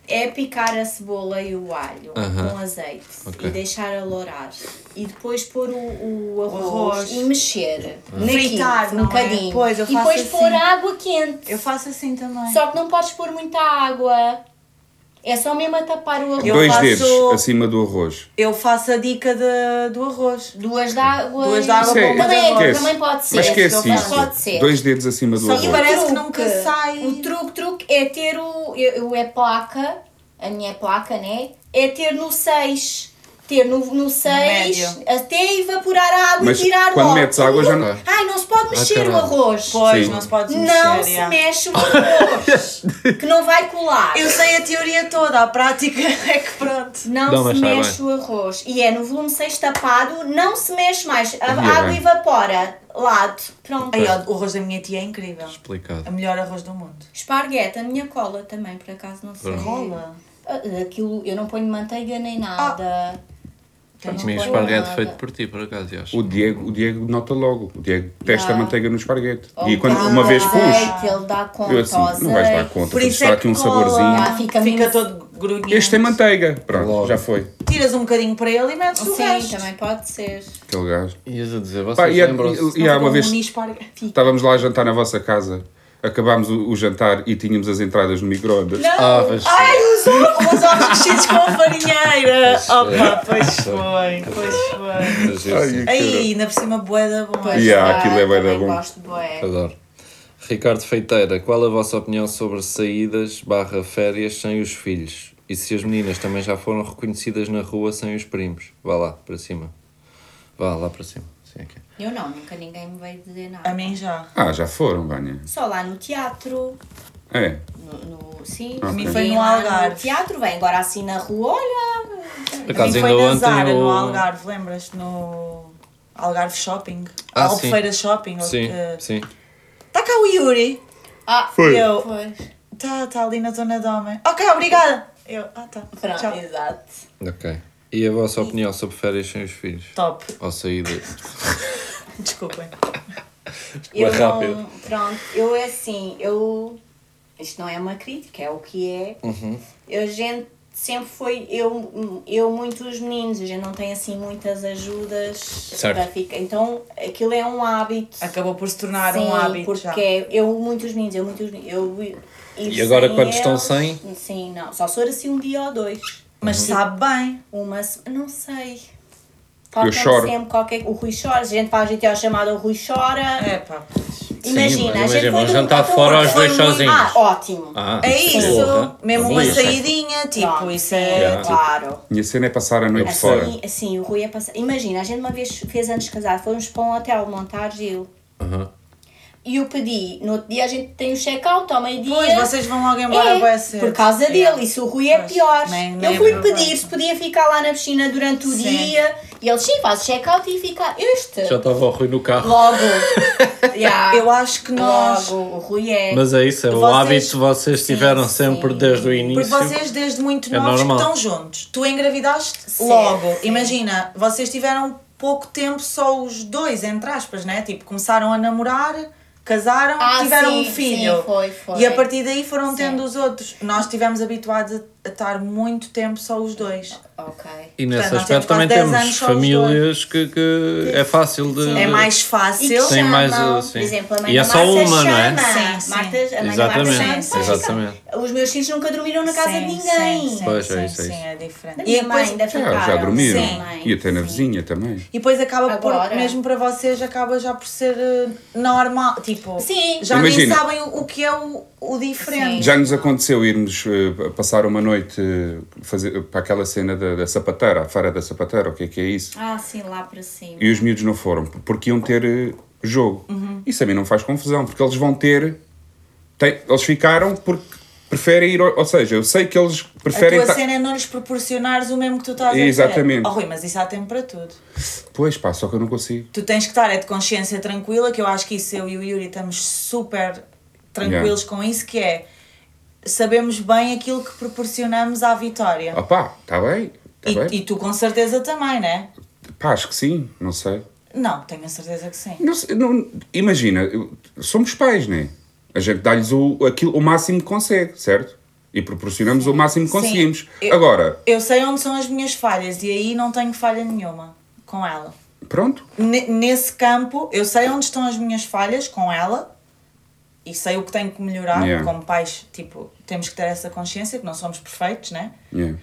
É picar a cebola e o alho com azeite
Ok.
e deixar alourar. E depois pôr o, o arroz,
arroz.
e mexer.
Uhum.
Fritar,
Fritar um
não é?
bocadinho.
Pois, eu
e
faço
depois
assim.
pôr água quente.
Eu faço assim também.
Só que não podes pôr muita água. É só mesmo a tapar o arroz.
Eu
Dois
faço-
dedos acima do arroz.
Eu faço a dica de- do arroz.
Duas d'água.
Duas de água
Isso é-
para Ah, uma de
Também, é-
arroz.
esquece.
também pode ser.
Mas esquece
Mas
isso.
pode ser.
Dois dedos acima do
Só que
E o
arroz.
parece- que
truque?
nunca sai.
O truque, truque é ter o. Eu, eu é placa, a minha é placa, né? É ter no 6. Ter no, no 6
médio.
até evaporar a água
Mas
e tirar
quando
logo.
metes água já não. Ah,
Ai, não se pode mexer o
caralho.
arroz.
Pois,
Sim.
não se pode mexer.
Não se
yeah.
mexe o arroz. que não vai colar.
Eu sei a teoria toda, a prática é que pronto.
Não,
Não, mas
tá
se
sai
mexe o arroz. E é no volume 6 tapado, não se mexe mais. A
Ia
água
bem.
evapora. Lado. Pronto.
Aí, ó, o arroz da minha tia é incrível. A
Explicado.
melhor arroz do mundo.
Esparguete, a minha cola também, por acaso, não sei.
Cola?
Ah, Aquilo, eu não ponho manteiga nem nada.
Ah.
Tem um
Comi
Não
esparguete
põe
feito
nada.
por ti, por acaso, eu acho.
O Diego, o Diego nota logo. O Diego testa
Ah.
a manteiga no esparguete.
Ou
E quando
dá
uma vez pus,
azeite, Ele dá conta.
eu assim,
ao
não vais dar
azeite.
conta,
Por
vamos
isso
estar
é
aqui um
que cola.
saborzinho.
Ah, fica mesmo-
todo grudinho.
Este é manteiga. Pronto,
Logo.
já foi.
Tiras um bocadinho para ele e metes o
Sim,
resto.
também pode ser.
Aquele gajo.
Ias a dizer,
Pá,
vocês
e, há-
lembram-se?
e há
um
uma vez.
Fica.
Estávamos lá a jantar na vossa casa. Acabámos o, o jantar e tínhamos as entradas no micro-ondas.
Ah, pois
Ai, os ovos, os ovos mexidos com a farinheira. Opa, pois
Sim.
foi, pois foi.
Mas isso,
Aí, ainda por cima, boeda bom.
Pois
Yeah,
é,
aquilo é bué da
também
bom.
gosto de bué.
Adoro. Ricardo Feiteira, qual a vossa opinião sobre saídas barra férias sem os filhos? E se as meninas também já foram reconhecidas na rua sem os primos? Vá lá, para cima. Vá lá para cima. Sim, aqui.
Eu não, nunca ninguém me veio dizer
A
nada.
mim já.
Ah, já foram, Vânia.
Só lá no teatro.
É.
No, no- sim,
A mim
vem
foi no
lá
Algarve.
teatro, vem agora assim na rua, olha.
Por
A mim
acaso
foi
ainda
na Zara,
ontem
no
o...
Algarve, lembras-te? No Algarve Shopping.
Ah, sim.
Albufeira Shopping. ou-
Sim,
eh,
sim.
Tá cá o Yuri.
Ah,
Foi. Eu,
Pois.
tá, tá ali na zona de homem. Ok, obrigada. Eu, ah, tá.
Pronto,
Tchau.
exato.
Ok. E a vossa opinião sobre férias sem os filhos?
Top.
Ou saídas?
Desculpem.
Eu
Mas rápido.
não, pronto, eu é assim, eu. Isto não é uma crítica, é o que é.
Uhum.
A gente sempre foi. Eu, eu muito os meninos, a gente não tem assim muitas ajudas
Certo.
para ficar. Então aquilo é um hábito.
Acabou por se tornar
Sim,
um hábito
porque
já.
é- eu muitos meninos, eu muitos meninos. Eu, eu-
E agora quando estão
eles-
sem?
Sim, não. Só se for assim um dia ou dois.
Mas sabe bem.
Uma se- Não sei. Falta-me
choro.
Sempre qualquer... O Rui chora, a gente faz até ao chamado o Rui chora.
É pá. pois.
Imagina,
mas
a gente
imagina,
foi
vão
de um
jantar
para o
fora
outro,
os dois
foi muito-
sozinhos.
Ah, ótimo.
Ah,
É isso.
porra.
Mesmo
Bom,
uma
isso é-
saidinha, tipo,
Pronto,
isso é.
sim, claro.
Minha cena é passar a noite fora.
Assim, assim, o Rui é passar. Imagina, a gente uma vez fez antes de casar, fomos para um hotel montar Gil.
Aham.
E eu pedi, no outro dia a gente tem o check-out ao meio-dia.
Pois, vocês vão logo embora bué cedo.
É. Por causa
Yeah.
dele, e se o Rui é
Pois,
pior.
nem- nem
eu fui
é boa
pedir
coisa.
se podia ficar lá na piscina durante o
Sim.
dia. E ele, sim, faz o check-out e fica. Este.
Já estava o Rui no carro.
Logo. Yeah.
Eu acho que nós.
Logo, o Rui é.
Mas é isso, é o
Vocês-
hábito que vocês tiveram
sim.
sempre desde o
Porque
início.
vocês desde muito
É
novos que
normal.
estão juntos. Tu engravidaste logo. Imagina, vocês tiveram pouco tempo só os dois, entre aspas, né? Tipo, começaram a namorar, casaram,
Ah,
tiveram
sim,
um filho.
sim, foi, foi.
E a partir daí foram
Sim.
tendo os outros. Nós estivemos habituados a, a estar muito tempo só os dois.
Ok.
E nesse
Portanto, nós
aspecto
temos
também
quase 10
temos
anos só os
famílias que, que é fácil de.
É mais fácil.
E que
Tem mais,
chamam,
uh, sim.
Por exemplo, a mãe
E é
da
só
Marta
uma, não é?
chama.
Sim, sim.
Marta, a mãe da Marta
Exatamente,
chama.
Sim,
exatamente.
Os meus filhos nunca dormiram na casa de ninguém.
Sim, sim,
Pois,
sim,
é isso, é
sim,
isso.
é diferente.
Da
E
minha mãe,
depois,
da
Ah,
Ah,
Já, já
Carol.
dormiram.
Sim.
E até na vizinha também.
e depois acaba por,
Agora.
mesmo para vocês, acaba já por ser eh, normal. Tipo,
Sim.
já
Imagina.
nem sabem o, o que é o, o diferente.
Já nos aconteceu irmos eh, passar uma noite eh, fazer, para aquela cena da, da sapateira, a feira da sapateira, o que é que é isso?
Ah, sim, lá para cima.
E os miúdos não foram, porque iam ter eh, jogo.
Uhum.
Isso a mim não faz confusão, porque eles vão ter. tem- eles ficaram porque preferem ir. ao- Ou seja, eu sei que eles
A
preferem.
tua
ta-
cena é não lhes proporcionares o mesmo que tu estás a ter.
Exatamente.
Oh, Rui, mas isso há tempo para tudo.
Pois pá, só que eu não consigo.
Tu tens que estar é de consciência tranquila, que eu acho que isso eu e o Yuri estamos super tranquilos com isso, que é sabemos bem aquilo que proporcionamos à vitória.
Opá, está bem. Tá
e,
bem.
e tu com certeza também, né?
Pá, acho que sim, não sei.
Não, tenho a certeza que sim.
Não sei, não- imagina, eu- somos pais, né? A gente dá-lhes o, aquilo, o máximo que consegue, certo? E proporcionamos o máximo que
Sim.
conseguimos.
Eu-
Agora,
Eu sei onde são as minhas falhas e aí não tenho falha nenhuma com ela.
pronto.
Ne- nesse campo, eu sei onde estão as minhas falhas com ela e sei o que tenho que melhorar.
Yeah.
Como pais, tipo, temos que ter essa consciência que não somos perfeitos, né?
Yeah.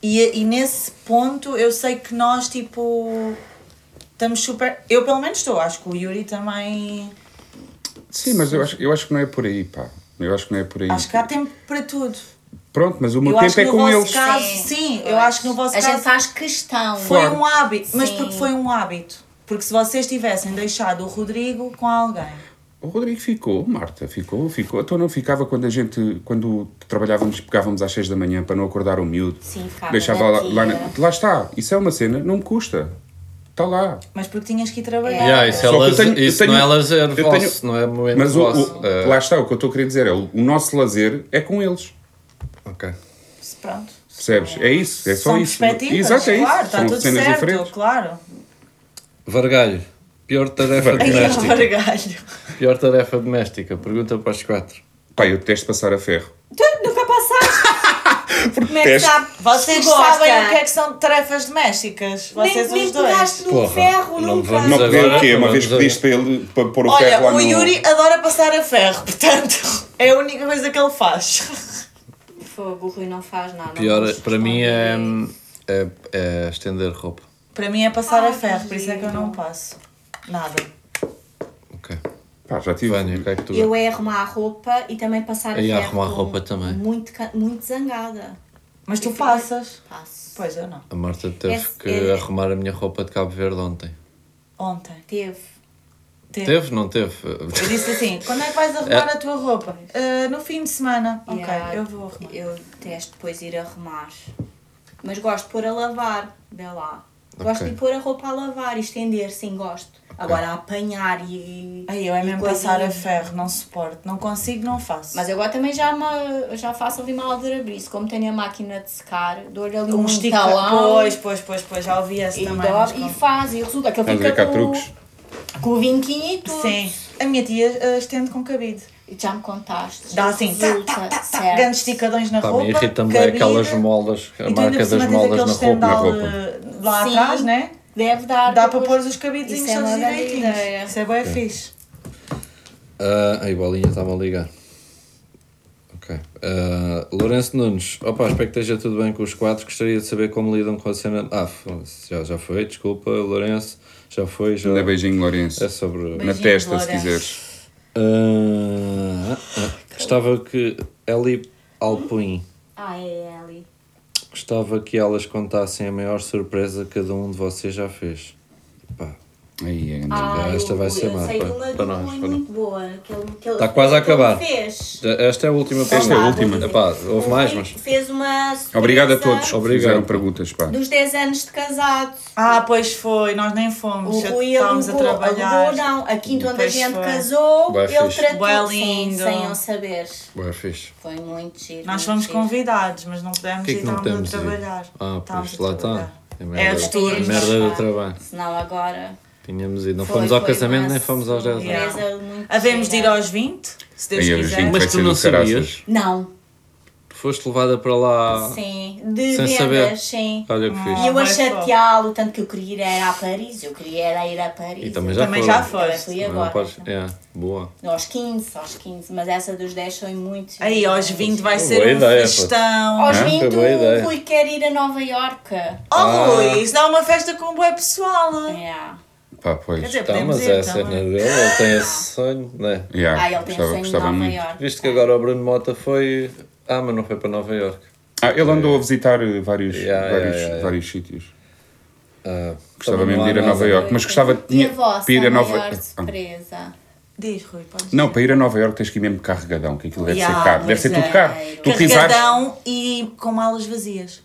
E, e nesse ponto, eu sei que nós, tipo, estamos super. Eu, pelo menos, estou. Acho que o Yuri também.
Sim, mas eu acho, eu acho que não é por aí, pá. Eu acho que não é por aí.
Acho que há tempo para tudo.
Pronto, mas o meu
Eu acho
tempo
que
é
no
com
vosso
eles.
Ah,
caso, sim, eu acho que no vosso
a
caso-
gente faz questão.
Foi
Claro.
um hábito, mas
Sim.
porque foi um hábito. Porque se vocês tivessem deixado o Rodrigo com alguém.
O Rodrigo ficou, Marta, ficou, ficou. Então não ficava quando a gente, quando trabalhávamos, pegávamos às 6 da manhã para não acordar o miúdo.
Sim, ficava
Deixava
na
lá, lá, na-
tia.
lá está, isso é uma cena, não me custa. Está lá.
Mas porque tinhas que ir trabalhar.
Yeah, isso é
Só que eu
lazer-
tenho- eu
isso
tenho-
não é lazer
eu
vosso,
tenho-
não é momento
Mas o,
vosso.
o-
É,
lá está, o que eu estou a querer dizer é o, o nosso lazer é com eles.
ok.
Se- Pronto.
Percebes? É isso, é só
São
isso.
perspectivas,
Exato, é isso.
claro, está
São
tudo
cenas
certo,
diferentes.
claro.
Vargalho, pior tarefa
é
Ai,
tipo-
o
doméstica.
Vargalho.
Pior tarefa doméstica, pergunta para os quatro.
Pá, eu detesto passar a ferro.
Tu nunca passaste. Como é que
teste.
sabe?
Vocês
Tu gosta.
sabem o que é que são tarefas domésticas?
Nem,
Vocês
nem
os dois.
pegaste no ferro,
não
nunca.
vamos
Não
agora-
pediu o quê? Uma
vamos
vez
agora-
pediste para ele para pôr o ferro lá
Olha,
no...
o Yuri adora passar a ferro, portanto, é a única coisa que ele faz.
Fogo, o Rui não faz nada.
Pior
Não
para mim é,
responde.
é, é estender roupa.
Para mim é passar
Ai,
a ferro,
que
por isso é que eu não passo. Nada.
Ok.
Pá, já tive.
Vânia, o que é que tu
Eu é arrumar a roupa e também passar a
E
ferro.
arrumar a roupa
estou
também.
Muito, ca- muito zangada.
Mas tu passas.
Passo.
Pois eu não.
A Marta teve
Esse-
que
é-
arrumar a minha roupa de Cabo Verde ontem.
Ontem.
Teve.
Teve.
Teve? Não teve?
Eu disse assim: quando é que vais arrumar a tua roupa? "Ah, no fim de semana.
Yeah,
Ok, eu vou arrumar.
Eu detesto depois ir arrumar. Mas gosto de pôr a lavar, vê lá. Gosto
Ok.
de pôr a roupa a lavar e estender, sim, gosto. Agora a apanhar e.
Ai, eu é
e
mesmo
coisa-
passar a ferro, não suporto. Não consigo, não faço.
Mas agora também já, me- já faço ali uma aldrabice. Como tenho a máquina de secar, dou-lhe ali um,
um
um
estica.
talão
Pois, pois, pois, pois, já ouvi esse
e,
também. mas
dobro, e
como-
faz. E resulta que ele
Estás a ver
fica
cá
com,
truques?
o- com o vinquinho e tudo.
Sim. A minha tia ah, estende com cabide.
E Já me contaste.
Dá assim, tá,
Resulta,
tá, tá, tá,
certo.
grandes esticadões na
Pá,
roupa.
me irritam bem
cabide.
aquelas molas, a
E tu ainda por
marca
cima
das
tens
molas
aquele
na roupa.
estendal
roupa.
eh, lá
Sim.
atrás, né?
Deve dar.
Dá para
depois-
pôr os cabidezinhos
Isso é
todos
uma grande
direitinhos.
ideia.
Isso é bem fixe.
Ah, aí, bolinha, está-me a ligar. Ok. Ah, Lourenço Nunes. Opa, espero que esteja tudo bem com os quatro. Gostaria de saber como lidam com a cena. Ah, foda-se, já, já foi, desculpa, Lourenço. Já foi, já.
Dá beijinho, Lourenço.
É sobre.
Na
Beijinho,
testa, se
Lourenço.
quiseres.
Ah, ah, gostava que. Eli Alpuin.
Ah, é Ellie.
Gostava que elas contassem a maior surpresa que cada um de vocês já fez. Pá,
Aí, é grande.
Ai,
esta vai
eu-
ser
eu
má
sei de
para-
uma
para
do
nós,
Rui
para
muito boa. Que ele, que ele-
Está quase a
que ele
acabar.
Fez. Tá
Esta é a última
Esta é a
pergunta.
última.
Epá, houve mais, mas.
Fez uma. surpresa
Obrigado a todos.
Obrigado.
Obrigado. Fizeram perguntas, pá.
Dos 10 anos de casado.
Ah, pois foi, nós nem fomos.
O
já
Rui
estávamos a
alugou,
trabalhar.
alugou não. A quinta onde a
Pois
gente
foi.
casou,
Bué
ele
fixe.
tratou
Bué
sem,
lindo.
sem eu saber.
Boa, fixe.
Foi muito giro.
Nós
muito
fomos
giro.
convidados, mas não pudemos
Porquê
ir,
que não
estávamos
podemos
a
ir?
então trabalhar.
Ah,
Estávamos
pois
a
lá está.
trabalhar.
É
É
merda,
os turnos.
merda do
Ah.
trabalho.
Senão agora.
Tínhamos ido. Não
Foi-
fomos ao
foi
casamento,
uma
nem fomos aos 10 anos.
Yeah.
surpresa muito
Havemos de ir
gira.
aos 20, se Deus
Aí, aos
quiser.
20. Vai
Mas
ser
tu não
do caraças.
sabias?
Não.
Tu foste levada para lá.
Sim. De
Ah. Sem
vendas,
saber.
sim.
Olha o que
E
fiz.
Ah,
eu a
mas só.
chateá-lo, tanto que eu queria ir era a Paris, eu queria era ir a Paris.
E também já
Também
foram.
já foi.
Também fui
Não
agora.
podes- É, boa.
Aos 15, aos 15, mas essa dos 10 foi muito.
Aí, aos 20 vai ser
Boa
um
ideia, pô.
festão.
Aos
Ah, foi
20
boa
o
ideia.
Rui quer ir a Nova Iorque.
Oh,
Ah.
Rui, isso dá uma festa com um bué pessoal.
Yeah.
Pá, pois.
Quer dizer,
Tá,
podemos
mas
ir então.
é a cena
também.
dele. Ele tem esse sonho, não é?
Yeah,
Ah, ele tem
gostava,
sonho de
gostava
Nova
muito.
Iorque.
Visto que agora o Bruno Mota foi. Ah, mas não foi para Nova Iorque.
Ah, ele andou a visitar eh, vários,
É. Yeah,
vários,
yeah, yeah,
vários sítios.
Ah,
Gostava
também
mesmo
não
de ir
há
a Nova
nada.
Iorque, mas gostava
E
tinha-
a vossa
para ir a Nova
maior
Ah,
surpresa?
Diz, Rui, podes
Não, para ir a Nova Iorque tens que ir mesmo de carregadão, que aquilo deve
Yeah,
ser caro. Deve
pois
ser
é.
tudo caro. Tu pisares.
Carregadão e com malas vazias.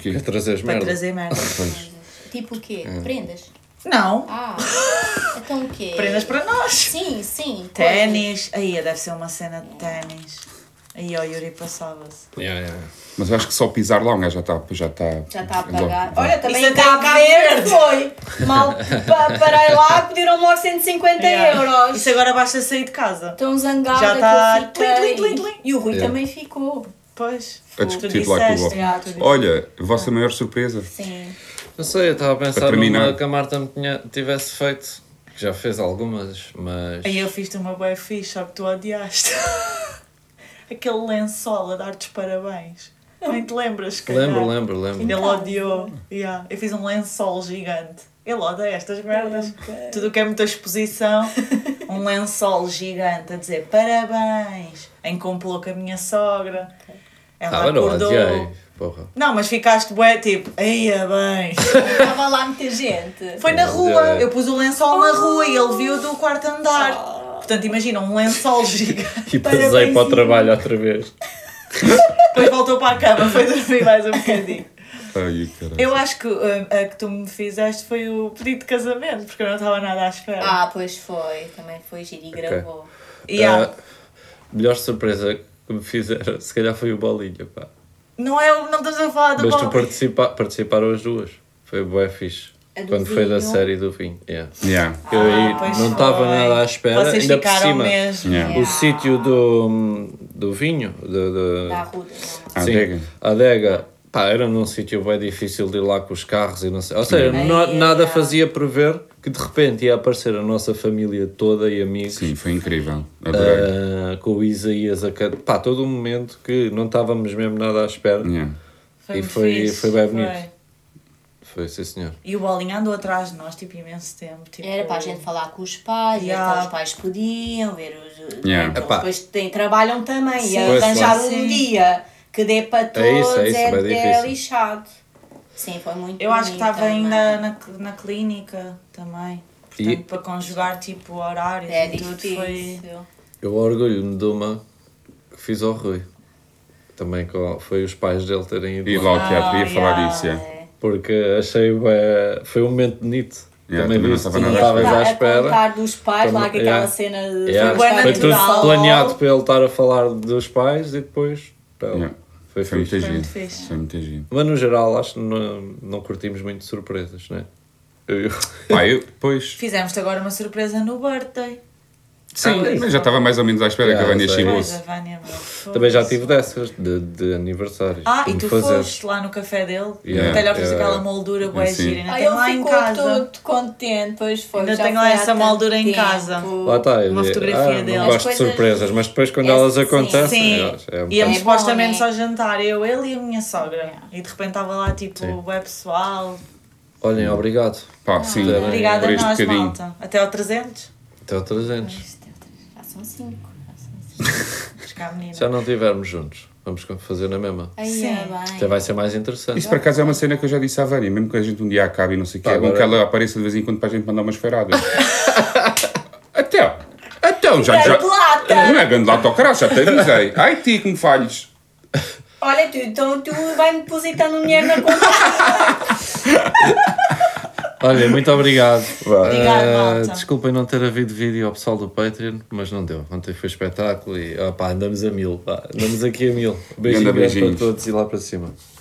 Quê?
Quer trazer as
Para
merda?
trazer merda.
Pois.
Tipo o quê? Prendas?
Não,
Ah, então o quê?
prendas para nós.
Sim, sim.
Ténis. Aí, deve ser uma cena de ténis. Aí, ó, Yuri passava-se.
Yeah, yeah.
Mas eu acho que só pisar lá um gajo já está. Já está
É
Já tá está a
logo-
pagar.
vá.
Olha, também
Isso
em
até
Cabo
Cabo
Verde foi. Mal pa- parei lá, pediram-me logo 150 euros.
É. Isso agora basta sair de casa.
Estão zangados
Já
que
tá-
eu fiquei.
Tling, tling, tling, É. tling.
E o Rui
Yeah.
também ficou.
Pois.
A discutir lá com o
disseste,
já, tu
Bob.
disseste.
Olha, a vossa maior surpresa.
Sim.
Não sei, eu estava a pensar
Para terminar.
numa que a Marta me tinha, tivesse feito. que Já fez algumas, mas.
Aí eu fiz-te uma boa fixe, só que tu odiaste. Aquele lençol a dar-te os parabéns. Nem te lembras, cara.
Lembro, lembro, lembro.
Ele odiou. Yeah. Eu fiz um lençol gigante. Ele odeia estas merdas. Tudo o que é muita exposição. um lençol gigante a dizer parabéns. Em complô com a minha sogra. Ela
Ah, mas não
acordou.
odiei. Porra.
Não, mas ficaste bué tipo, eia bem.
Estava lá muita gente.
Foi na
Não,
rua.
odiei.
Eu pus o lençol na rua e ele viu do quarto andar. Portanto, imagina, um lençol gigante.
Ah. E pesei para o trabalho outra vez.
Depois voltou para a cama, foi dormir mais um bocadinho.
Ai, caralho.
Eu acho que hum, a que tu me fizeste foi o pedido de casamento, porque eu não estava nada à espera.
Ah, pois foi. Também foi giro e gravou.
Ah.
Yeah.
A melhor surpresa que me fizeram, se calhar foi o Bolinha, pá.
Não é o. Não estamos a falar do
Mas tu
Bob.
participa participaram as duas. Foi bué fixe.
A do
Quando foi da
vinho.
série do vinho. Yeah.
Yeah.
eu aí
Ah, pois
não estava
foi.
nada à espera,
Vocês
ainda por
ficaram
cima.
mesmo.
Yeah.
ah,
O sítio do, do vinho, do, do-
Da Ruda.
A
Sim,
adega.
a adega. Pá, era num sítio bem difícil de ir lá com os carros e não sei. Ou seja,
Sim.
no-
Ai,
nada
é.
fazia prever que de repente ia aparecer a nossa família toda e amigos
Sim, foi incrível. Adorei.
ah, com o Isaías a cada. Pá, todo um momento que não estávamos mesmo nada à espera.
Yeah.
Foi
E
muito
foi-
fixe,
foi bem bonito.
foi.
Foi, sim senhor.
E o Bolinha andou atrás de nós, tipo, imenso tempo. Tipo,
Era para a gente falar com os pais, ver
Yeah.
que os pais podiam, ver os.
Yeah.
Então,
Epá.
depois tem, trabalham também e
Pois,
arranjar
claro.
um
Sim.
dia que dê para todos
É isso, é isso, bem difícil.
lixado. Sim, foi muito
Eu acho que
bonito
estava
também.
ainda na, cl- na clínica também. Portanto,
E-
para conjugar tipo horários
É
e tudo
difícil.
foi.
Eu orgulho-me de uma que fiz ao Rui. Também com, foi os pais dele terem ido
E
lá.
lá ao teatro, ia
Ah,
falar
yeah.
disso. Yeah.
Porque achei bué- Foi um momento bonito.
Yeah,
também
também não
disse
estava
que não
nada à
estavas
Tá,
à
a
espera.
contar dos pais, lá
Também-
que aquela
yeah.
cena de
Yeah,
bué
É, Foi tudo
natural.
planeado para ele estar a falar dos pais e depois. pá,
Yeah.
Oh, Foi
Foi muito
fixe.
muito
giro.
fixe.
Foi muito giro.
Mas no geral, acho que não, não curtimos muito surpresas, né? Eu, eu.
Pá, eu depois.
Fizemos-te agora uma surpresa no birthday.
Sim,
Ah,
mas já estava mais ou menos à espera que a
Yeah,
Vânia
sei.
Pois, a
chegou-se.
Vânia meu,
Também já
foda-se.
tive dessas, de, de aniversários.
Ah, e
Como
tu
fazer.
foste lá no café dele.
Yeah,
Até lhe ofereceste
yeah.
aquela moldura boa
Sim.
gira. Ainda
Aí
tem
ele
lá em
ficou
casa.
todo contente, pois foi.
Ainda
já
tenho
foi
lá
há
essa
tanto
moldura em
tempo.
casa.
Lá está, eu
Uma
dizia,
fotografia
ah,
dele.
Não
As
gosto de
coisas-
surpresas, mas depois quando
É,
elas
sim.
acontecem.
Sim,
elas- é um
íamos
bom,
supostamente
né?
só jantar, eu, ele e a minha sogra. E de repente estava lá tipo
Sim.
o web pessoal.
bocado- Olhem, obrigado.
Pá, sim.
Também.
Ah, Obrigada
por
a
este
nós,
bocadinho.
malta. Até ao 300.
Até ao 300.
Já são cinco. já são cinco.
Buscar é a menina.
Se já não estivermos juntos, Vamos co- fazer na mesma.
Ai,
Sim.
é bem.
Até vai ser mais interessante.
Isso por acaso é uma cena que eu já disse à Vânia, mesmo que a gente um dia acabe e não sei o quê,
Pá,
é bom
agora-
que ela apareça de vez em quando para a gente mandar umas feiradas. Até, então, já, já.
Grande lata.
Não é grande lata ao caralho, já te avisei. Ai, ti, que me falhes.
Olha, tu, então tu vai-me depositando dinheiro na conta.
Olha, muito obrigado.
Obrigado,
Eh,
malta.
desculpem não ter havido vídeo ao pessoal do Patreon, mas não deu. Ontem foi espetáculo e opá, andamos a mil. pá. Andamos aqui a mil. Beijinho
Manda
grande para
beijinhos.
todos e lá para cima.